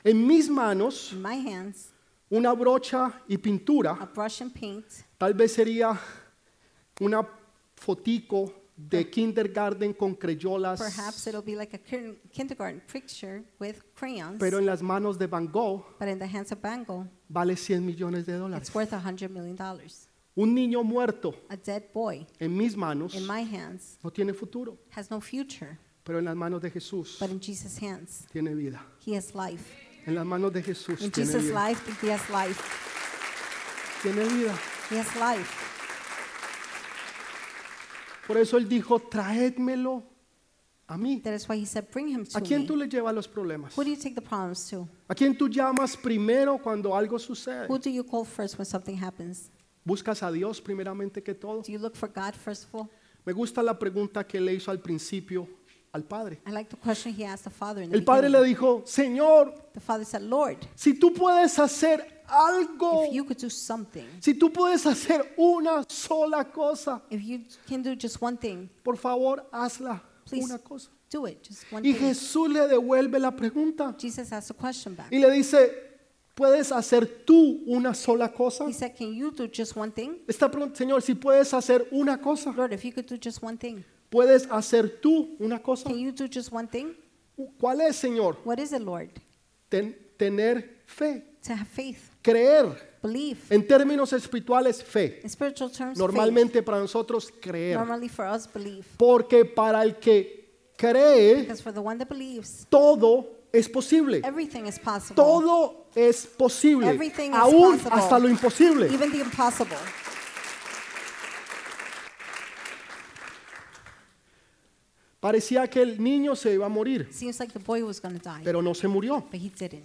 En mis manos,
In my hands,
una brocha y
a
pintura,
brush and paint,
tal vez sería una fotico de kindergarten con
Perhaps
creyolas,
it'll be like a kin- kindergarten picture with crayons,
pero en las manos de Van Gogh
but in the hands of Van Gogh,
vale 100 millones de
it's
dólares.
worth a hundred million dollars.
Un niño muerto
A dead boy
en mis manos
in my hands
no tiene futuro,
has no future,
pero en las manos de Jesús
but in Jesus' hands,
tiene vida.
he has life.
En las manos de Jesús
In
tiene
Jesus'
vida.
life, he has life.
Tiene vida.
He has life.
Por eso él dijo, traédmelo a mí.
That is why he said, Bring him to
¿A quién
me.
tú le llevas los problemas?
Who do you take the problems to?
¿A quién tú llamas primero cuando algo sucede?
Who do you call first when something happens?
¿Buscas a Dios primeramente que todo?
Do you look for God first of all?
Me gusta la pregunta que le hizo al principio al Padre.
I like the question he asked the father in the
El Padre le
beginning.
dijo, Señor,
The father said, Lord,
si tú puedes hacer algo,
if you could do something,
si tú puedes hacer una sola cosa,
If you can do just one thing,
por favor, hazla
Please.
una cosa.
do it. Just one
Y
thing.
Jesús le devuelve la pregunta
Jesus asked a question back.
y le dice, ¿puedes hacer tú una sola cosa?
He said, Can you do just one thing?
Está preguntando, Señor, si puedes hacer una cosa,
Lord, if you could do just one thing,
¿puedes hacer tú una cosa?
can you do just one thing?
¿Cuál es, Señor?
What is it, Lord?
Ten- tener fe,
To have faith,
creer.
believe.
En términos espirituales, fe.
In spiritual terms, faith.
Normalmente para nosotros, creer.
Normally for us, believe.
Porque para el que cree,
Because for the one that believes,
todo es posible.
everything is possible.
Todo es posible.
Everything is
Aún
possible.
hasta lo imposible.
Even the impossible.
Parecía que el niño se iba a morir,
Seems like the boy was going to die,
pero no se murió.
but he didn't.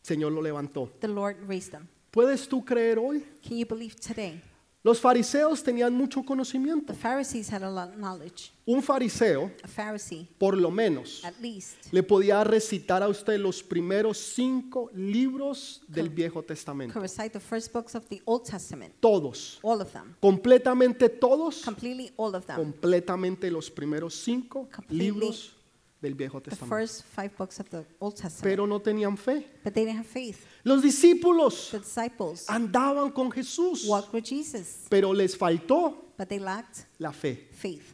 El Señor lo levantó.
The Lord raised him.
¿Puedes tú creer hoy?
Can you believe today?
Los fariseos tenían mucho
The
conocimiento.
Pharisees had a lot of knowledge.
Un fariseo,
A Pharisee,
por lo menos,
at least.
le podía recitar a usted los primeros cinco libros del Viejo Testamento.
could recite the first books of the Old Testament,
Todos.
all of them,
Completamente todos.
completely all of them,
Completamente los primeros cinco
completely
libros del Viejo
the
Testamento.
first five books of the Old Testament.
Pero no tenían fe.
But they didn't have faith.
Los discípulos
The disciples
andaban con Jesús,
walked with Jesus,
pero les faltó
but they lacked
la fe.
faith.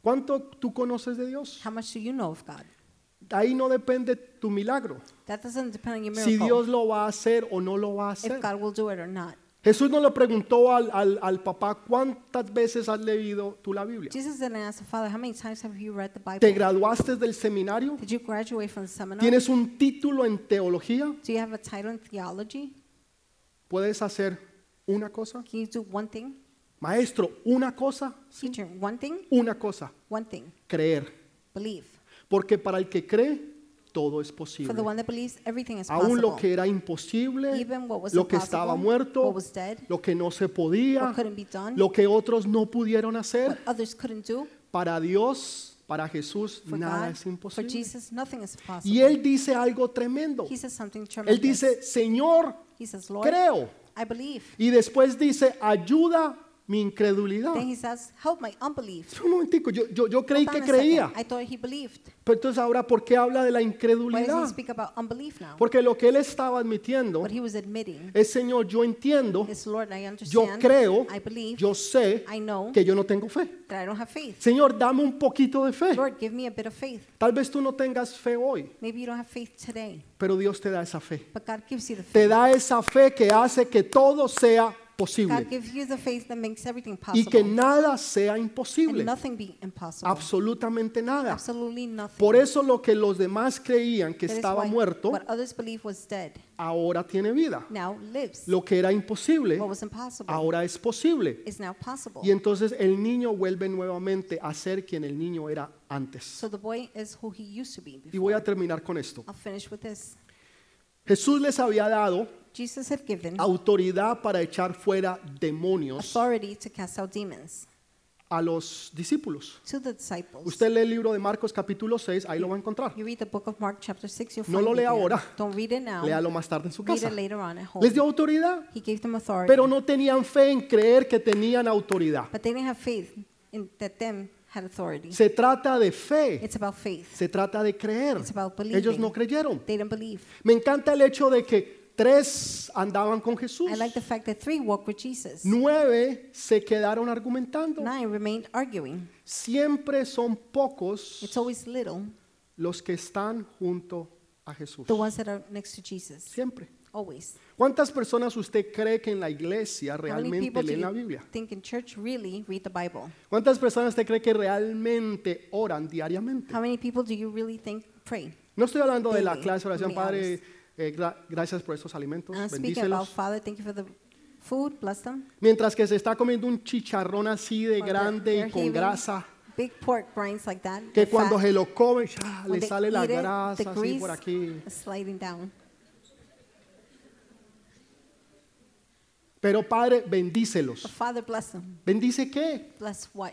¿Cuánto tú conoces de Dios?
How much do you know of God?
Ahí no depende tu milagro.
That doesn't depend on your
Si Dios
miracle.
lo va a hacer o no lo va a
If
hacer.
God will do it or not.
Jesús no le preguntó al, al- al papá cuántas veces has leído tú la Biblia.
Jesus didn't ask the Father, How many times have you read the
¿Te
Bible?
graduaste del seminario?
Did you graduate from seminary?
¿Tienes un título en teología?
Do you have a title in theology?
¿Puedes hacer una cosa?
Can you do one thing?
Maestro, una cosa,
Teacher, one thing?
una cosa,
One thing.
creer.
Believe.
Porque para el que cree, todo es
For the
posible.
one that believes, everything is
Aún lo
possible.
que era imposible,
Even what was
lo que
impossible,
estaba muerto,
what was dead,
lo que no se podía,
what couldn't be done,
lo que otros no pudieron
what
hacer,
others couldn't do,
para Dios, para Jesús,
for
nada
God,
es
for
imposible.
Jesus, nothing is possible.
Y él dice algo tremendo.
he says something
Él
tremendous.
dice, Señor,
he says, Lord,
creo.
I believe.
Y después dice, ayuda mi incredulidad.
Then he says, help my unbelief.
Espera Un momentico, yo, yo, yo creí
Hold
que
on a second.
creía.
I thought he believed.
Pero entonces ahora, ¿por qué habla de la
Why does he
incredulidad?
speak about unbelief now?
Porque lo que él estaba admitiendo
What he was admitting
es, Señor, yo entiendo,
is, Lord, I
yo
understand,
creo,
I believe,
yo sé
I know
que yo no tengo fe.
that I don't have faith.
Señor, dame un poquito de fe.
Lord, give me a bit of faith.
Tal vez tú no tengas fe hoy,
Maybe you don't have faith today,
pero Dios te da esa fe.
but God gives you the faith.
Te da esa fe que hace que todo sea
God
posible
gives you the faith that makes everything
y que
possible.
nada sea
And
imposible.
nothing be impossible.
Absolutamente nada.
Absolutely nothing.
Por eso lo que los demás creían que
That is
estaba
why
muerto,
What others believe was dead
ahora tiene vida.
now lives.
Lo que era imposible,
What was impossible
ahora es posible.
is now possible.
Y entonces el niño vuelve nuevamente a ser quien el niño era antes.
So um, the boy is who he used to be.
Y
Before.
voy a terminar con esto.
I'll finish with this.
Jesús les había dado
Jesus had given
autoridad para echar fuera demonios
authority to cast out demons
a los discípulos.
to the disciples.
Usted lee el libro de Marcos capítulo 6, ahí lo va a encontrar.
You read the book of Mark chapter 6, you'll
No
find
lo
it
lea
there.
ahora.
Don't read it now.
Léalo más tarde en su
read
casa.
it later on at home.
Les dio autoridad,
He gave them authority.
pero no tenían fe en creer que tenían autoridad.
But they didn't have faith in that them had authority.
Se trata de fe,
It's about faith.
se trata de creer.
It's about believing.
Ellos no creyeron.
They didn't believe.
Me encanta el hecho de que tres andaban con Jesús,
I like the fact that three walked with Jesus.
nueve se quedaron argumentando.
Nine remained arguing.
Siempre son pocos
It's always little,
los que están junto a Jesús.
the ones that are next to Jesus.
Siempre.
Always.
¿Cuántas personas usted cree que en la iglesia
How many people
realmente
do
leen la
you
Biblia?
think in church really read the Bible?
¿Cuántas personas usted cree que realmente oran diariamente?
How many people do you really think pray?
No estoy hablando de la
Daily,
clase de oración,
how many
Padre, eh, gra- gracias por estos alimentos,
And I'm Uh, speaking about
bendícelos.
Father, thank you for the food, bless them.
Mientras que se está comiendo un chicharrón así de
While they're-
grande
they're
y con
heaving
grasa,
Big pork grinds like that.
que
the
cuando
fat.
se lo come, ah,
When
le
they
sale la
eat it,
grasa
the
así por
grease
aquí.
is sliding down.
Pero Padre,
But
bendícelos.
Father, bless them.
¿Bendice qué?
Bless what?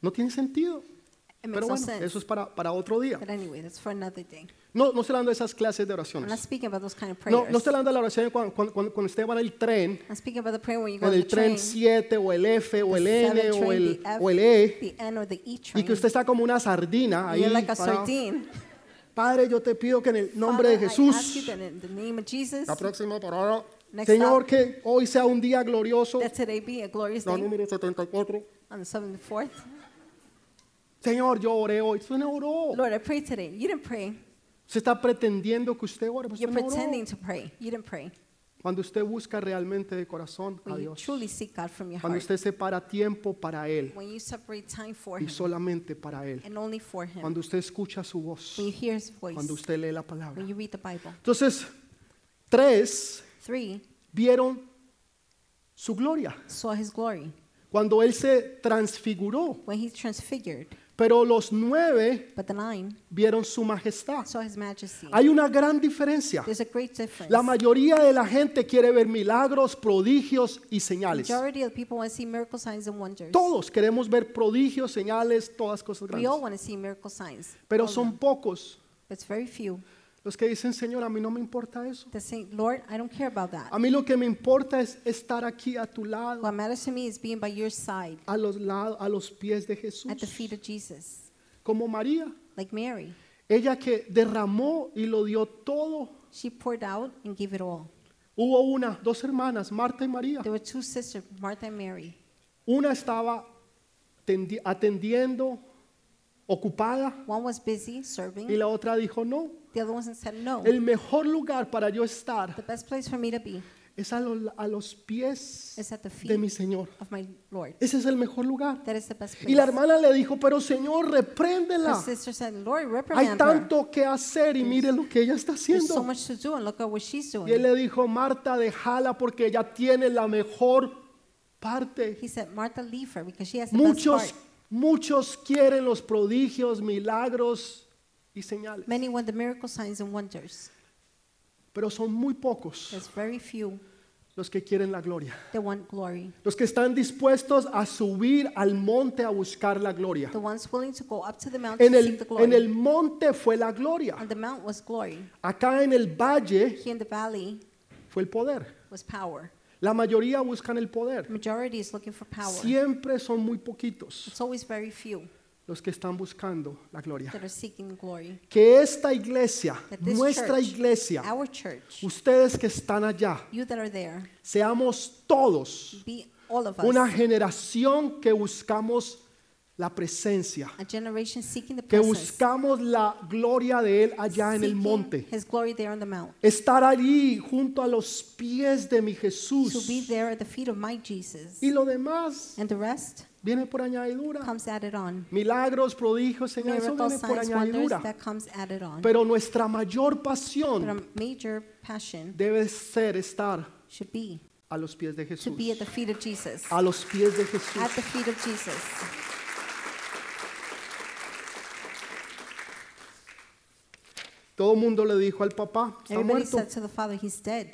No tiene sentido.
It makes
Pero
no
bueno,
sense.
eso es para, para otro día.
But anyway, that's for another day.
No, no estoy hablando de esas clases de
I'm not
oraciones.
speaking about those kind of prayers.
No, no estoy hablando de la oración cuando, cuando, cuando- cuando usted va en el tren,
I'm speaking about the prayer when you go
en
on the
el
train,
tren 7 o el F o
the
el
seven
N o
train,
el,
the F,
o el E,
the N or the E
y
train.
que usted está como una sardina
And
ahí.
You're like a
parado.
sardine.
Padre, yo te pido que en el nombre de
Father, I ask you
Jesús,
that in the name of Jesus,
la próxima parada,
Next
Señor,
stop.
que hoy sea un día glorioso,
that today be a glorious
la
day
número 74.
on the 74th.
Señor, yo oré hoy. Usted no oró.
Lord, I pray today. You didn't pray.
Se está pretendiendo que usted ore, pero usted
You're
no oró.
pretending to pray. You didn't pray.
Cuando usted busca realmente de corazón a
When you
Dios,
truly seek God from your
cuando
heart,
usted separa tiempo para Él
when you separate time for
y
Him
solamente para Él,
and only for Him,
cuando usted escucha su voz,
when you hear His voice,
cuando usted lee la palabra.
when you read the Bible.
Entonces, tres
Three,
vieron su gloria
saw His glory.
cuando Él se transfiguró,
When He transfigured,
pero los nueve
but the nine
vieron su majestad.
saw His majesty.
Hay una gran diferencia.
There's a great difference.
La mayoría de la gente quiere ver milagros, prodigios y señales.
Majority of people want to see miracle signs and wonders.
Todos queremos ver prodigios, señales, todas cosas
We all
grandes.
want to see miracle signs.
Pero
All of
son
them.
pocos
But it's very few
los que dicen, Señor, a mí no me importa eso.
that say, Lord, I don't care about that.
A mí lo que me importa es estar aquí a tu lado,
What matters to me is being by your side
a los lados, a los pies de Jesús.
at the feet of Jesus.
como María,
like Mary.
ella que derramó y lo dio todo.
She poured out and gave it all.
Hubo una, dos hermanas, Marta y María.
There were two sisters, Martha and Mary.
Una estaba tendi- atendiendo, ocupada,
One was busy serving,
y la otra dijo, no,
the other one said, No.
el mejor lugar para yo estar
The best place for me to be
es a, lo- a los pies
is at the feet
de mi Señor.
of my Lord.
Ese es el mejor lugar.
That is the best place.
Y la hermana le dijo, pero Señor,
Her
repréndela.
sister said, Lord,
Hay
reprimand her.
tanto que hacer y mire lo que ella está
There's so
haciendo.
much to do, and look at what she's
Y
doing.
él le dijo, Marta, déjala porque ella tiene la mejor parte.
He said, Martha, leave her because she has the best
Muchos,
part.
muchos quieren los prodigios, milagros y señales,
Many want the miracle signs and wonders.
pero son muy pocos
There's very few
los que quieren la gloria.
that want glory.
Los que están dispuestos a subir al monte a buscar la gloria.
The ones willing to go up to the mountain
En
to seek
el,
the glory.
en el monte fue la gloria.
On the mount was glory.
Acá en el valle
Here in the valley
fue el poder.
was power.
La mayoría buscan el poder.
Majority is looking for power.
Siempre son muy poquitos
It's always very few
los que están buscando la gloria.
that are seeking glory.
Que esta iglesia,
That this
nuestra
church,
iglesia,
Our church,
ustedes que están allá,
you that are there,
seamos todos
be all of us
una generación que buscamos la presencia,
a generation seeking the
que
presence,
buscamos la gloria de Él allá en el
seeking
monte.
His glory there on the mount,
Estar allí junto a los pies de mi
to be
Jesús.
there at the feet of my Jesus.
Y lo demás
And the rest
viene por añadidura.
comes added on.
Milagros, prodigios, señales, eso
Miracle
viene por
signs, wonders,
añadidura.
that comes added on.
Pero nuestra mayor
But a
pasión
major passion
debe ser estar
should be
a los pies de
to
Jesús.
be at the feet of Jesus.
A los pies de Jesús.
At the feet of Jesus.
Todo el mundo le dijo al papá, está
Everybody
muerto,
said to the Father, He's dead.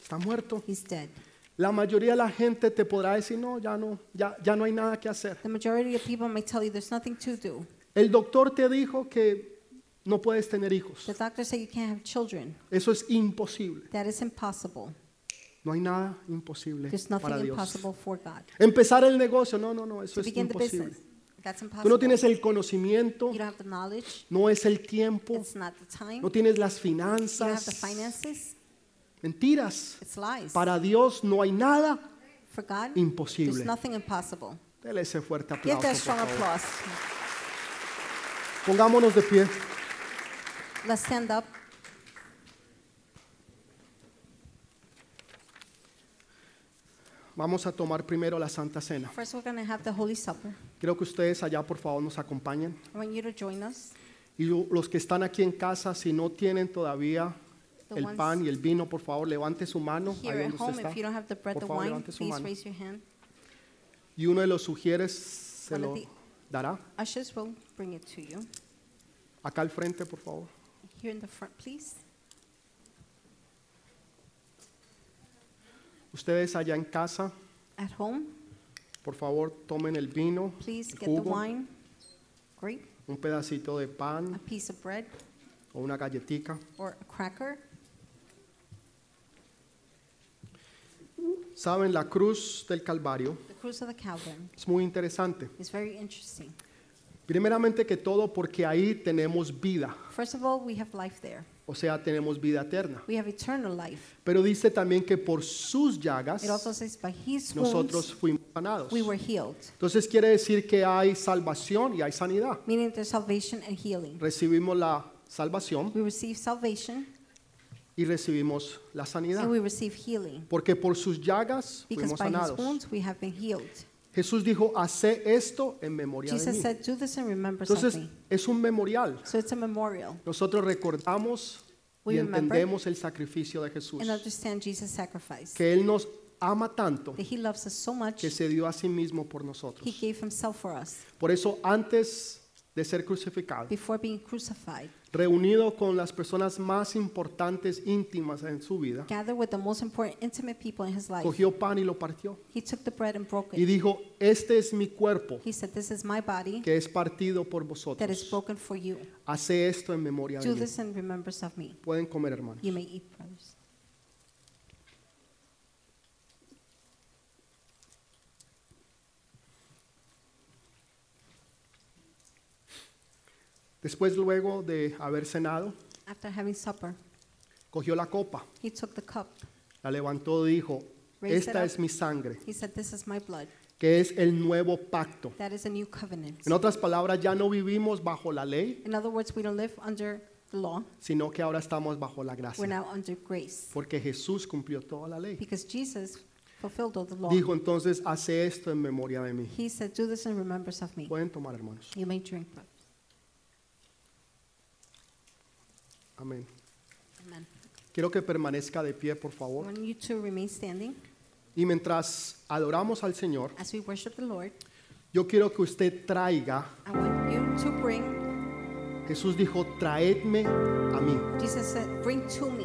está muerto.
He's dead.
La mayoría de la gente te podrá decir, no, ya no, ya, ya no hay nada que hacer.
The majority of people may tell you there's nothing to do.
El doctor te dijo que no puedes tener hijos.
The doctors say you can't have children.
Eso es imposible.
That is impossible.
No hay nada imposible
There's
para
nothing
Dios.
impossible for God.
Empezar el negocio, no, no, no, eso
To
es
begin the business,
imposible.
that's
Tú no
impossible.
tienes el conocimiento,
You don't have the knowledge.
no es el tiempo,
It's not the time.
no
You
tienes las
don't have the
finanzas.
finances.
Mentiras.
It's lies.
Para Dios no hay nada
For God,
imposible.
there's nothing impossible.
Dele ese fuerte
Give
aplauso.
that
por
strong
favor.
applause.
Pongámonos de pie.
Let's stand up.
Vamos a tomar primero la Santa Cena.
First, we're going to have the Holy Supper.
Creo que ustedes allá, por favor, nos acompañen.
I want you to join us.
Y lo- los que están aquí en casa, si no tienen todavía
The
el
ones
pan y el vino, por favor, levante su mano.
Here
Ahí
at
donde usted
home, if you don't
está.
have the bread,
Por
the
favor,
wine,
levante su
please
mano.
raise your hand.
Y uno de los sugieres se
One
lo
of the-
dará.
Ushers will bring it to you.
Acá al frente, por favor.
Here in the front, please.
Ustedes allá en casa,
At home,
por favor, tomen el vino,
please
el
get the
jugo,
wine. Great.
un pedacito de
A
pan
piece of bread
o una galletica.
or a cracker.
Saben, la cruz del Calvario
The cruise of the Calvin
es muy interesante.
is very interesting.
Primeramente que todo, porque ahí tenemos vida,
First of all, we have life there.
o sea, tenemos vida eterna.
We have eternal life.
Pero dice también que por
It
sus
also
llagas
says, by his
nosotros
wounds,
fuimos sanados.
we were healed.
Entonces quiere decir que hay salvación y hay sanidad.
Meaning there's salvation and healing.
Recibimos la salvación
We receive salvation
y recibimos la sanidad.
and we receive healing.
Porque por sus llagas
Because
fuimos
by his
sanados.
wounds, we have been healed.
Jesús dijo, hace esto en memoria de
Jesus
mí.
said, do this and remember
Entonces
something.
es un memorial.
So it's a memorial
Nosotros recordamos y
We remember.
entendemos el sacrificio de Jesús.
and understand Jesus' sacrifice.
Que Él nos ama tanto
That he loves us so much,
que se dio a sí mismo por
he
nosotros.
gave himself for us
Por eso antes de ser crucificado,
before being crucified.
reunido con las personas más importantes íntimas en su vida,
Gathered with the most important, intimate people in his life,
cogió pan y lo partió
he took the bread and broke
y
it.
dijo, este es mi cuerpo
He said, This is my body
que es partido por
that is
vosotros.
broken for you.
Hace esto en memoria de
Do
mí.
this in remembrance of me.
Pueden comer, hermano.
You may eat, brothers.
Después, luego de haber cenado,
After having supper,
cogió la copa,
he took the cup.
la levantó y dijo,
Raise it
esta
up.
es mi sangre,
He said, This is my blood.
que es el nuevo pacto.
That is a new covenant.
En otras palabras, ya no vivimos bajo la ley,
In other words, we don't live under the law,
sino que ahora estamos bajo la
we're
gracia,
now under grace.
porque Jesús cumplió toda la ley.
Because Jesus fulfilled all the law.
Dijo entonces, hace esto en memoria de mí.
He said, Do this in remembrance of me.
Pueden tomar, hermanos.
You may drink. blood."
Amén.
Amen.
Quiero que permanezca de pie, por
I
favor.
want you to remain standing
Y mientras adoramos al Señor,
as we worship the Lord.
yo quiero que usted traiga,
I want you to bring,
Jesús dijo, traedme a mí,
Jesus said, Bring to me.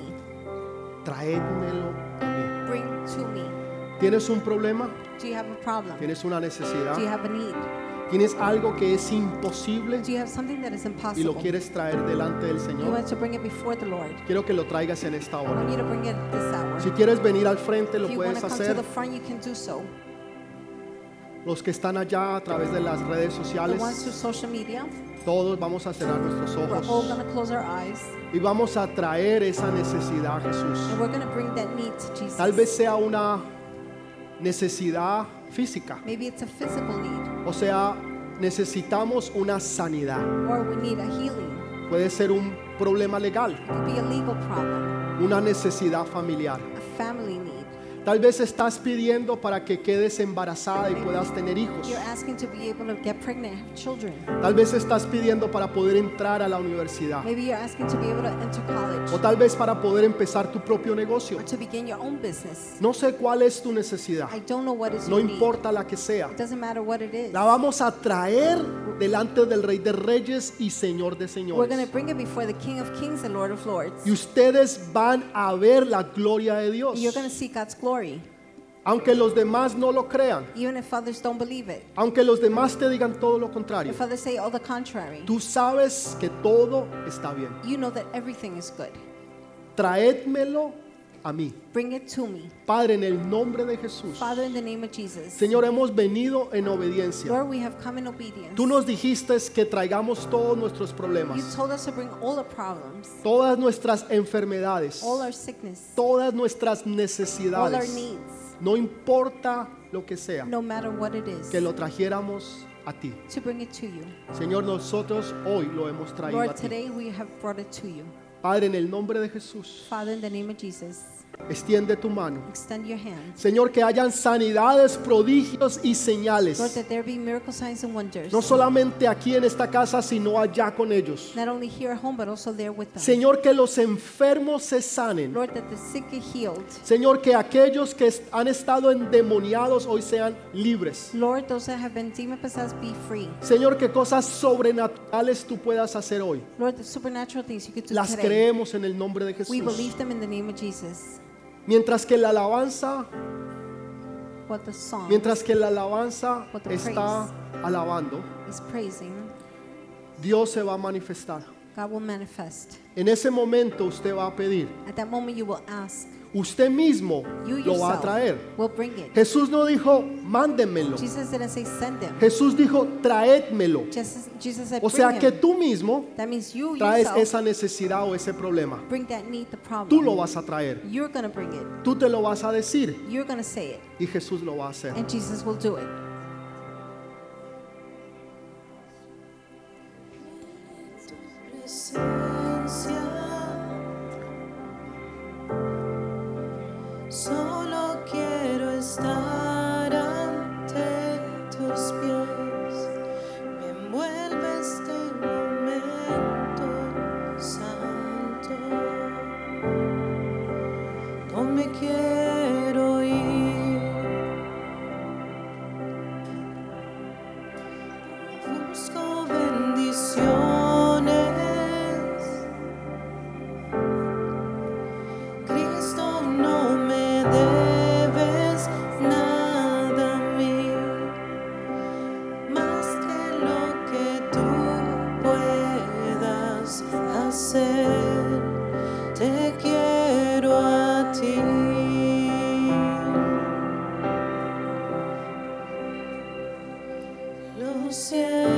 traédmelo a
Bring to me.
mí. ¿Tienes un problema?
Do you have a problem?
¿Tienes una
Do you
necesidad?
have a need?
¿Tienes algo que es imposible
Do you have something that is
y lo
impossible? You
quieres traer delante del Señor?
want to bring it before the Lord.
Quiero que lo traigas en esta
I
hora.
want you to bring it at this hour.
Si quieres venir al frente, lo
If you want
puedes
to come to
hacer.
the front, you can do so.
Los que están allá a través de las redes
The ones through
sociales,
social media,
todos vamos a cerrar nuestros
we're all
ojos
going to close our eyes
y vamos a traer esa necesidad a Jesús.
and we're going to bring that need to Jesus.
Tal vez sea una necesidad física,
Maybe it's a physical need
o sea, necesitamos una sanidad.
or we need a healing.
Puede ser un problema legal,
It could be a legal problem,
una necesidad familiar.
a family need.
Tal vez estás pidiendo para que quedes embarazada y puedas tener hijos.
You're asking to be able to get pregnant and have children.
Tal vez estás pidiendo para poder entrar a la universidad.
Maybe you're asking to be able to enter
O
college
tal vez para poder empezar tu propio negocio.
or to begin your own business.
No sé cuál es tu necesidad.
I don't know what is
No
your need.
importa la que sea.
It doesn't matter what it is.
La vamos a traer delante del Rey de Reyes y Señor de
We're going
Señores.
to bring it before the King of Kings and Lord of Lords.
Y ustedes van a ver la gloria de Dios.
You're going to see God's glory,
Aunque los demás no lo crean.
even if others don't believe it.
Aunque los demás te digan todo lo contrario.
If others say all the contrary,
Tú sabes que todo está bien.
you know that everything is good.
Traédmelo a mí.
Bring it to me.
Padre, en el nombre de Jesús.
Father, in the name of Jesus.
Señor, hemos venido en obediencia.
Lord, we have come in obedience.
Tú nos dijiste que traigamos todos nuestros
You
problemas,
told us to bring all our problems,
todas nuestras enfermedades,
all our sickness,
todas nuestras
all our
necesidades.
needs,
No importa lo que sea,
no matter what it is,
que lo trajéramos a ti.
to bring it to you.
Señor, nosotros hoy lo hemos traído a
Lord,
ti.
today we have brought it to you.
Padre, en el nombre de Jesús,
Father, in the name of Jesus,
extiende tu mano.
extend your hand.
Señor, que hayan sanidades, prodigios y
Lord,
señales.
that there be miracle signs and wonders,
No solamente aquí en esta casa, sino allá con ellos.
not only here at home, but also there with them.
Señor, que los enfermos se sanen.
Lord, that the sick get healed.
Señor, que aquellos que est- han estado endemoniados hoy sean libres.
Lord, those that have been demon possessed be free.
Señor, que cosas sobrenaturales tú puedas hacer hoy.
Lord, the supernatural things you could do
Las
today.
creemos en el nombre de
We
Jesús.
believe them in the name of Jesus.
Mientras que la alabanza,
What the song
mientras que la alabanza
What the
está alabando,
is praising,
Dios se va a manifestar.
God will manifest.
En ese momento usted va a pedir,
At that moment, you will ask.
usted mismo
You
lo va a
yourself
traer.
will bring it.
Jesús no dijo, mándenmelo.
Jesus didn't say send them.
Jesús dijo, traédmelo.
Jesus, Jesus said
O sea
bring
que
him.
tú mismo
That means you
traes
yourself
esa necesidad o ese problema.
bring that need, the
Tú
problem.
lo vas a traer.
You're going to bring it.
Tú te lo vas a decir
You're going to say it.
y Jesús lo va a hacer.
And Jesus will do it.
presencia. Solo quiero estar ante tus pies. Me envuelve este momento santo. No me quiero ir. Busco bendiciones. Cristo, no me debes nada a mí, más que lo que tú puedas hacer. Te quiero a ti. Lo siento,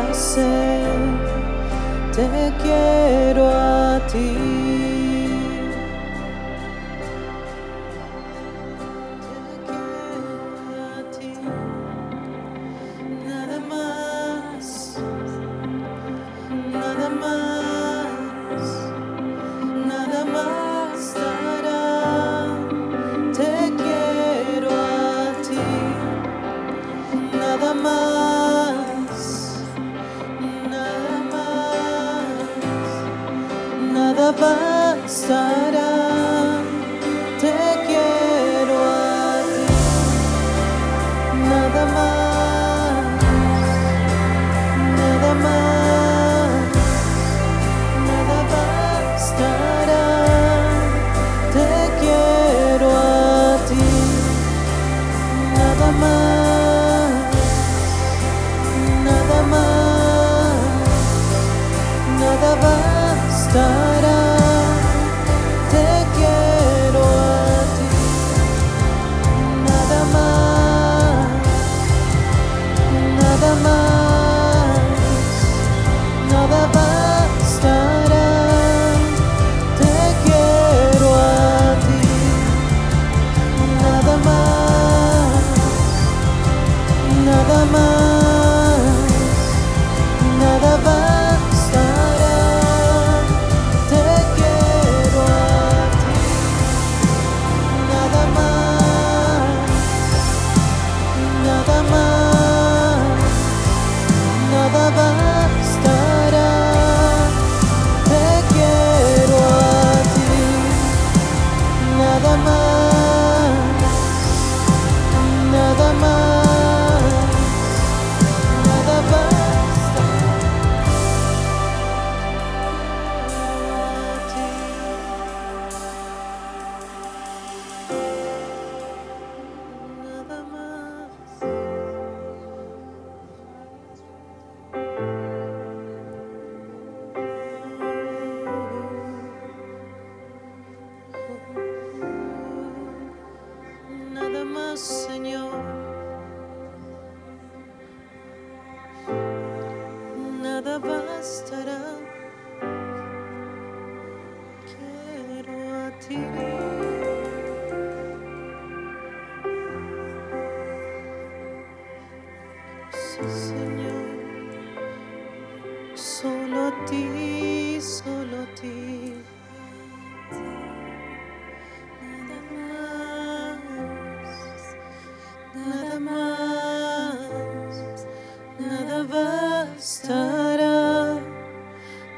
este te quiero a ti. Te quiero a ti, nada más, nada más, nada más dará. Te quiero a ti, nada más. Nada más, nada bastará. Te quiero a ti. Nada más, nada más, nada bastará. Te quiero a ti. Nada más. Nada más, nada bastará. Te quiero a ti. Nada más, nada más, nada bastará. Te quiero a ti. Nada más. Nada más, nada bastará. Te quiero a ti. Nada más, nada más, nada bastará. Te quiero a ti. Nada más. Nada más, nada basta. Nada más. Nada más, Señor. Nada bastará. Quiero a ti. Sí, Señor. Solo a ti, solo a ti. Nada más, nada más, nada bastará.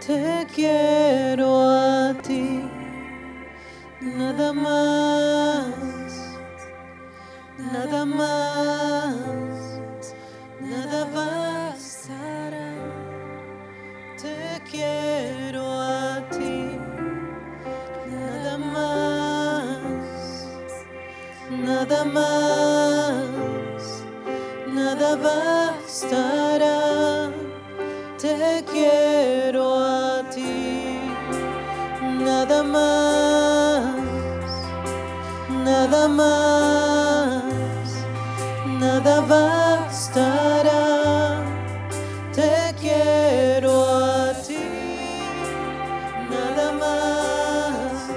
Te quiero a ti, nada más, nada más, nada bastará. Te quiero a ti. Nada más, nada más, nada bastará. Te quiero a ti. Nada más, nada más, nada bastará. Te quiero a ti. Nada más,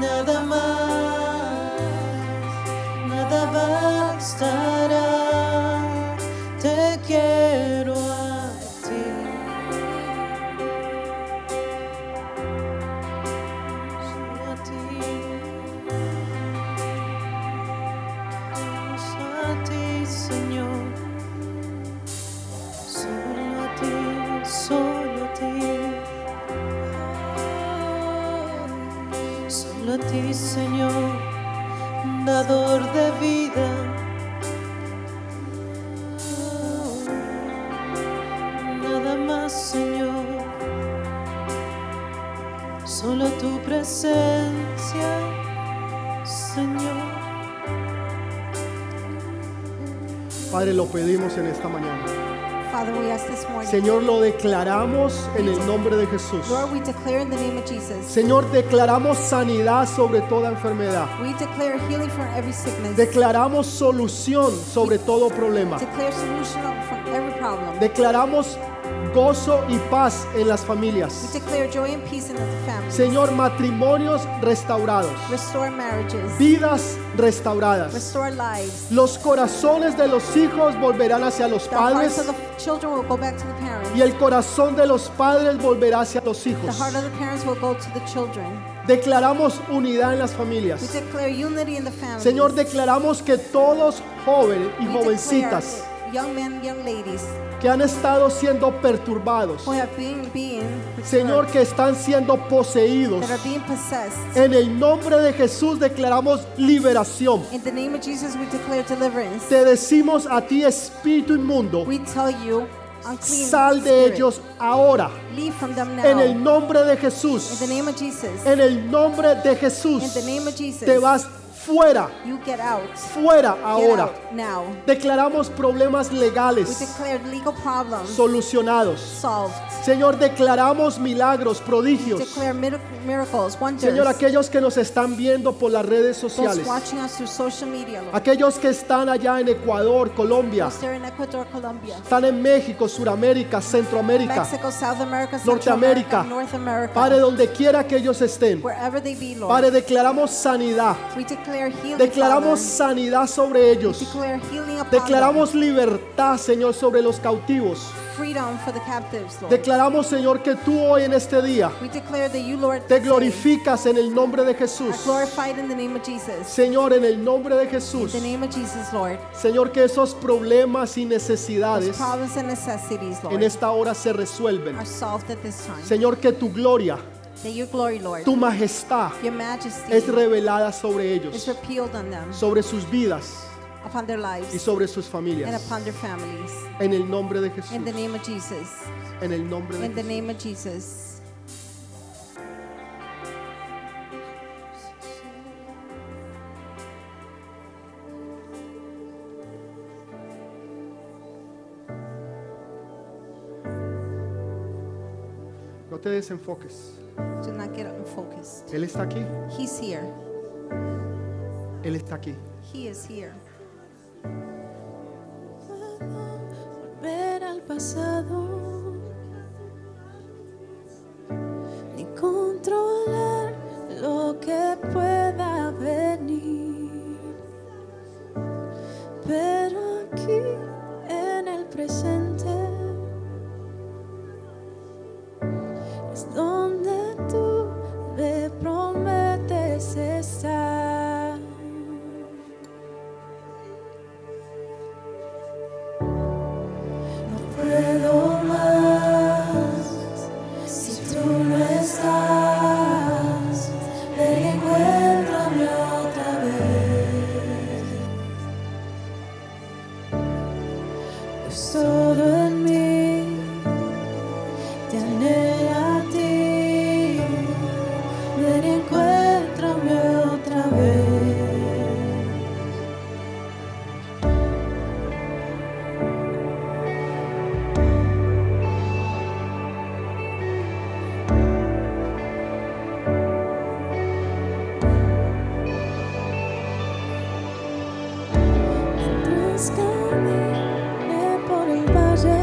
nada más, nada bastará. Te quiero a ti. Solo a ti. Solo a ti, Señor. Solo a ti, solo a ti. Solo a ti, Señor, dador de vida. Nada más, Señor, solo tu presencia, Señor.
Padre, lo pedimos en esta mañana.
Father, we ask this morning.
Señor, lo declaramos en el nombre de Jesús.
Lord, we declare in the name of Jesus.
Señor, declaramos sanidad sobre toda enfermedad.
We declare healing for every sickness.
Declaramos solución sobre todo problema.
Declare solution for every problem.
Declaramos gozo y paz en las
We
familias.
declare joy and peace in the families.
Señor, matrimonios restaurados,
Restore marriages.
vidas restauradas.
Restore lives.
Los corazones de los hijos volverán hacia los
The hearts of
padres
the f- children will go back to the parents.
y el corazón de los padres volverá hacia los
The
hijos.
heart of the parents will go to the children.
Declaramos unidad en las
We
familias.
declare unity in the family.
Señor, declaramos que todos jóvenes y jovencitas
Young men, young ladies
que han estado siendo perturbados,
who have been being
Señor, Eh, que están siendo poseídos,
that are being possessed.
en el nombre de Jesús declaramos liberación.
In the name of Jesus, we declare deliverance.
Te decimos a ti, espíritu inmundo,
We tell you, unclean
sal de
spirit,
ellos ahora,
Leave from them now.
en el
In
nombre de Jesús,
the name of Jesus.
en el nombre de Jesús,
In the name of Jesus.
te vas fuera,
You get out. Get
fuera ahora.
out now.
Declaramos problemas
We
legales
declare legal problems
solucionados.
solved.
Señor, declaramos milagros,
We
prodigios.
declare mirac- miracles, wonders.
Señor, aquellos que nos están viendo por las redes
Those
sociales,
watching us through social media, Lord.
aquellos que están allá en Ecuador, Colombia,
Those there in Ecuador, Colombia,
están en México, Suramérica, Centroamérica,
Mexico, South America, Central
Norteamérica.
America, North America,
Padre, donde quiera que ellos estén,
wherever they be, Lord.
Padre, declaramos sanidad,
we declare healing.
declaramos
Father.
sanidad sobre ellos,
Declare healing upon
declaramos libertad, Señor, sobre los cautivos,
them. freedom for the captives, Lord.
declaramos, Señor, que tú hoy en este día
we declare that you, Lord,
te
save,
glorificas en el nombre de
are
Jesús,
glorified in the name of Jesus.
Señor, en el nombre de Jesús,
In the name of Jesus, Lord.
Señor, que esos problemas y
Those
necesidades
problems and necessities,
en
Lord,
esta hora se resuelven.
are solved at this time.
Señor, que tu gloria,
That your glory, Lord,
tu majestad
your majesty
es revelada sobre
is
ellos,
repealed on them,
sobre sus vidas
upon their
y
lives,
sobre sus
and
familias.
upon their families.
En el nombre de Jesús.
In the name of Jesus.
En el nombre de
In the
Jesús.
name of Jesus.
No te desenfoques.
Do not get unfocused.
Él está aquí.
He's here.
Él está aquí.
He is here.
volver al pasado ni controlar lo que pueda venir. Pero aquí en el presente es donde tú le prometes estar. No puedo más si tú no estás. Ven y encuéntrame otra vez. Pues todo en mí te anhela a ti. Ven y encuéntrame otra vez. Mientras camine por el valle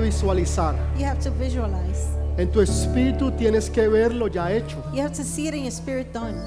visualizar.
You have to visualize.
En tu espíritu tienes que ver lo ya hecho.
You have to see it in your spirit done.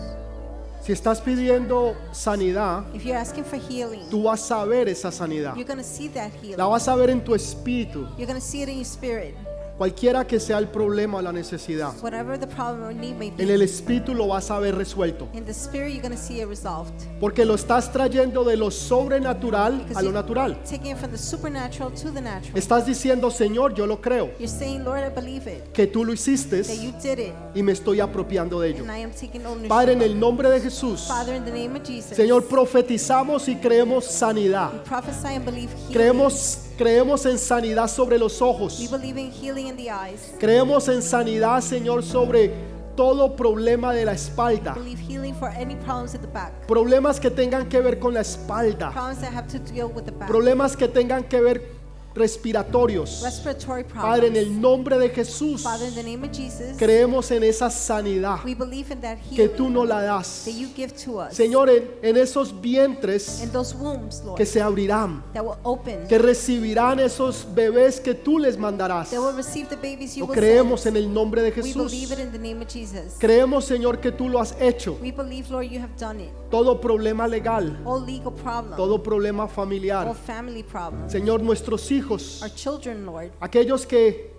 Si estás pidiendo sanidad,
If you're asking for healing,
tú vas a ver esa sanidad.
you're going to see that
La
healing.
vas a ver en tu espíritu,
You're going to see it in your spirit.
cualquiera que sea el problema o la necesidad.
Whatever the problem or need may
En el
be,
espíritu lo vas a ver resuelto.
in the spirit, you're going to see it resolved.
Porque lo estás trayendo de lo sobrenatural a
Because
lo
you're
natural.
Taking it from the supernatural to the natural.
Estás diciendo, Señor, yo lo creo,
You're saying, Lord, I believe it,
que tú lo hiciste
that you did it,
y me estoy apropiando de ello.
and I am taking ownership.
Padre, en el nombre de Jesús,
Father, in the name of Jesus,
Señor, profetizamos y creemos
we
sanidad.
prophesy and believe healing.
Creemos, creemos en sanidad sobre los
We
ojos.
believe in healing in the eyes.
Creemos en sanidad, Señor, sobre todo problema de la espalda.
Believe healing for any problems at the back.
Problemas que tengan que ver con la espalda.
Problems that have to deal with the back.
Problemas que tengan que ver respiratorios.
Respiratory problems.
Padre, en el nombre de Jesús,
Father, in the name of Jesus,
creemos en esa sanidad
we believe in that
que
healing
tú no la das.
that you give to us.
Señor, en, en esos vientres
and those wombs, Lord,
que se abrirán,
that will open,
que recibirán esos bebés que tú les mandarás.
that will receive the babies you
Lo
will
creemos
send.
en el nombre de
We
Jesús.
believe it in the name of Jesus.
Creemos, Señor, que tú lo has hecho.
We believe, Lord, you have done it.
Todo problema legal,
All legal problems,
todo problema
all
familiar.
family problems,
Señor, nuestros hijos,
our children, Lord,
aquellos que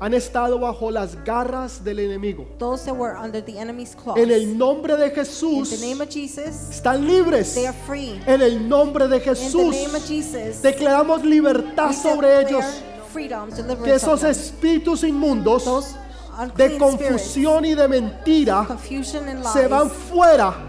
han estado bajo las garras del enemigo,
those that were under the enemy's claws.
en el nombre de
in
Jesús,
the name of Jesus,
están libres.
they are free.
En el nombre de
In the
Jesús,
name of Jesus,
declaramos libertad
we
sobre
declare
ellos.
freedom,
Que
deliverance
esos
of them.
espíritus inmundos
Those
de
unclean spirits,
confusión y de mentira
confusion and
se van
lies,
fuera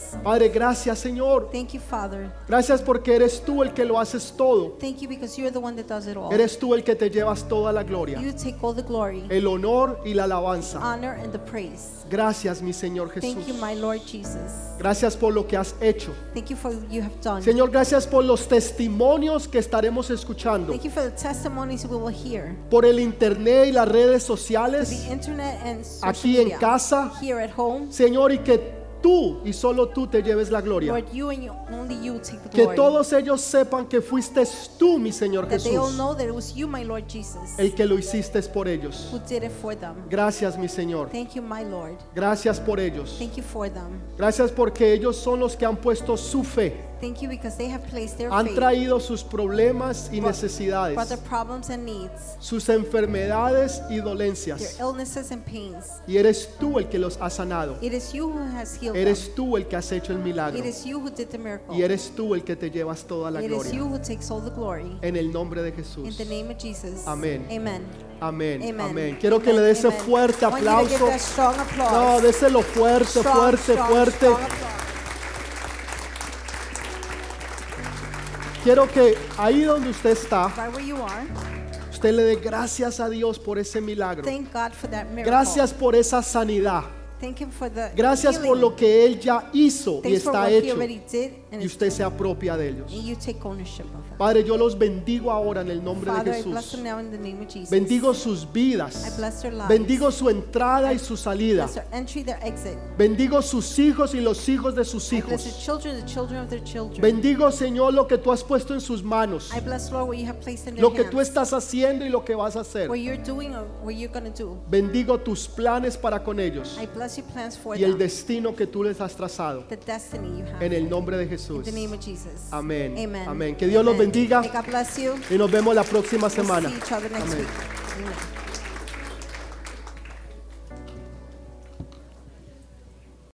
Padre, gracias Señor.
Thank you, Father.
Gracias porque eres tú el que lo haces todo.
Thank you because you're the one that does it all.
Eres tú el que te llevas toda la gloria,
Oh. You take all the glory,
el honor y la alabanza.
honor, and the praise.
Gracias, mi Señor Jesús.
Thank you, my Lord Jesus.
Gracias por lo que has hecho.
Thank you for what you have done.
Señor, gracias por los testimonios que estaremos escuchando
Thank you for the testimonies we will hear.
por el internet y las redes
To the
sociales.
internet and social
Aquí en
media.
casa.
Here at home.
Señor, y que tú y solo tú te lleves la gloria.
Lord, you and you, only you take the
Que
glory.
todos ellos sepan que fuiste tú, mi Señor
that they all
Jesús,
know that it was you, my Lord Jesus,
el que lo hiciste por ellos.
who did it for them.
Gracias, mi Señor.
Thank you, my Lord.
Gracias por ellos.
Thank you for them.
Gracias porque ellos son los que han puesto su fe,
Thank you because they have placed their
han
faith,
traído sus problemas y necesidades,
brought their problems and needs,
sus enfermedades y
their
dolencias.
illnesses and pains.
Y eres tú el que los has sanado,
It is you who has healed
eres tú el que has hecho el
them.
milagro
It is you who did the miracle.
y eres tú el que te llevas toda la
it is
gloria.
you who takes all the glory.
En el nombre de
In
Jesús.
the name of Jesus.
Amén.
Amen.
Amén,
Amen.
amén. Quiero que le
Amen.
dé ese
Amen.
fuerte
I want you to give
aplauso.
that strong applause.
No, déselo fuerte,
Strong,
fuerte,
strong,
fuerte.
strong applause.
Quiero que ahí donde usted está,
Right where you are,
usted le dé gracias a Dios por ese milagro.
thank God for that miracle.
Gracias por esa sanidad.
Thank him for the
Gracias por
healing.
lo que Él ya hizo y
Thanks for
está
what he
hecho.
already did and
Y
it's-
usted se apropia de ellos.
and you take ownership of that.
Padre, yo los bendigo ahora en el nombre
Father,
de
I bless
Jesús.
them now in the name of Jesus.
Bendigo sus
I
vidas.
bless their lives.
Bendigo su entrada y su salida.
Bless their entry, their exit.
Bendigo sus hijos y los hijos de sus
I bless their
hijos.
children, the children of their children.
Bendigo, Señor, lo que tú has puesto en sus manos.
I bless Lord what you have placed in their
Lo que
hands.
tú estás haciendo y lo que vas a hacer.
what you're doing or what you're gonna do.
Bendigo tus planes para con ellos
I bless your plans for
y el
them.
destino que tú les has trazado.
The destiny you have.
En el nombre de Jesús.
In the name of Jesus.
Amén.
Amen.
Amén. Que Dios los
Amen.
bendiga.
May God bless you.
Y nos vemos la próxima
We'll
semana.
see each other next
Amén.
week. Amen.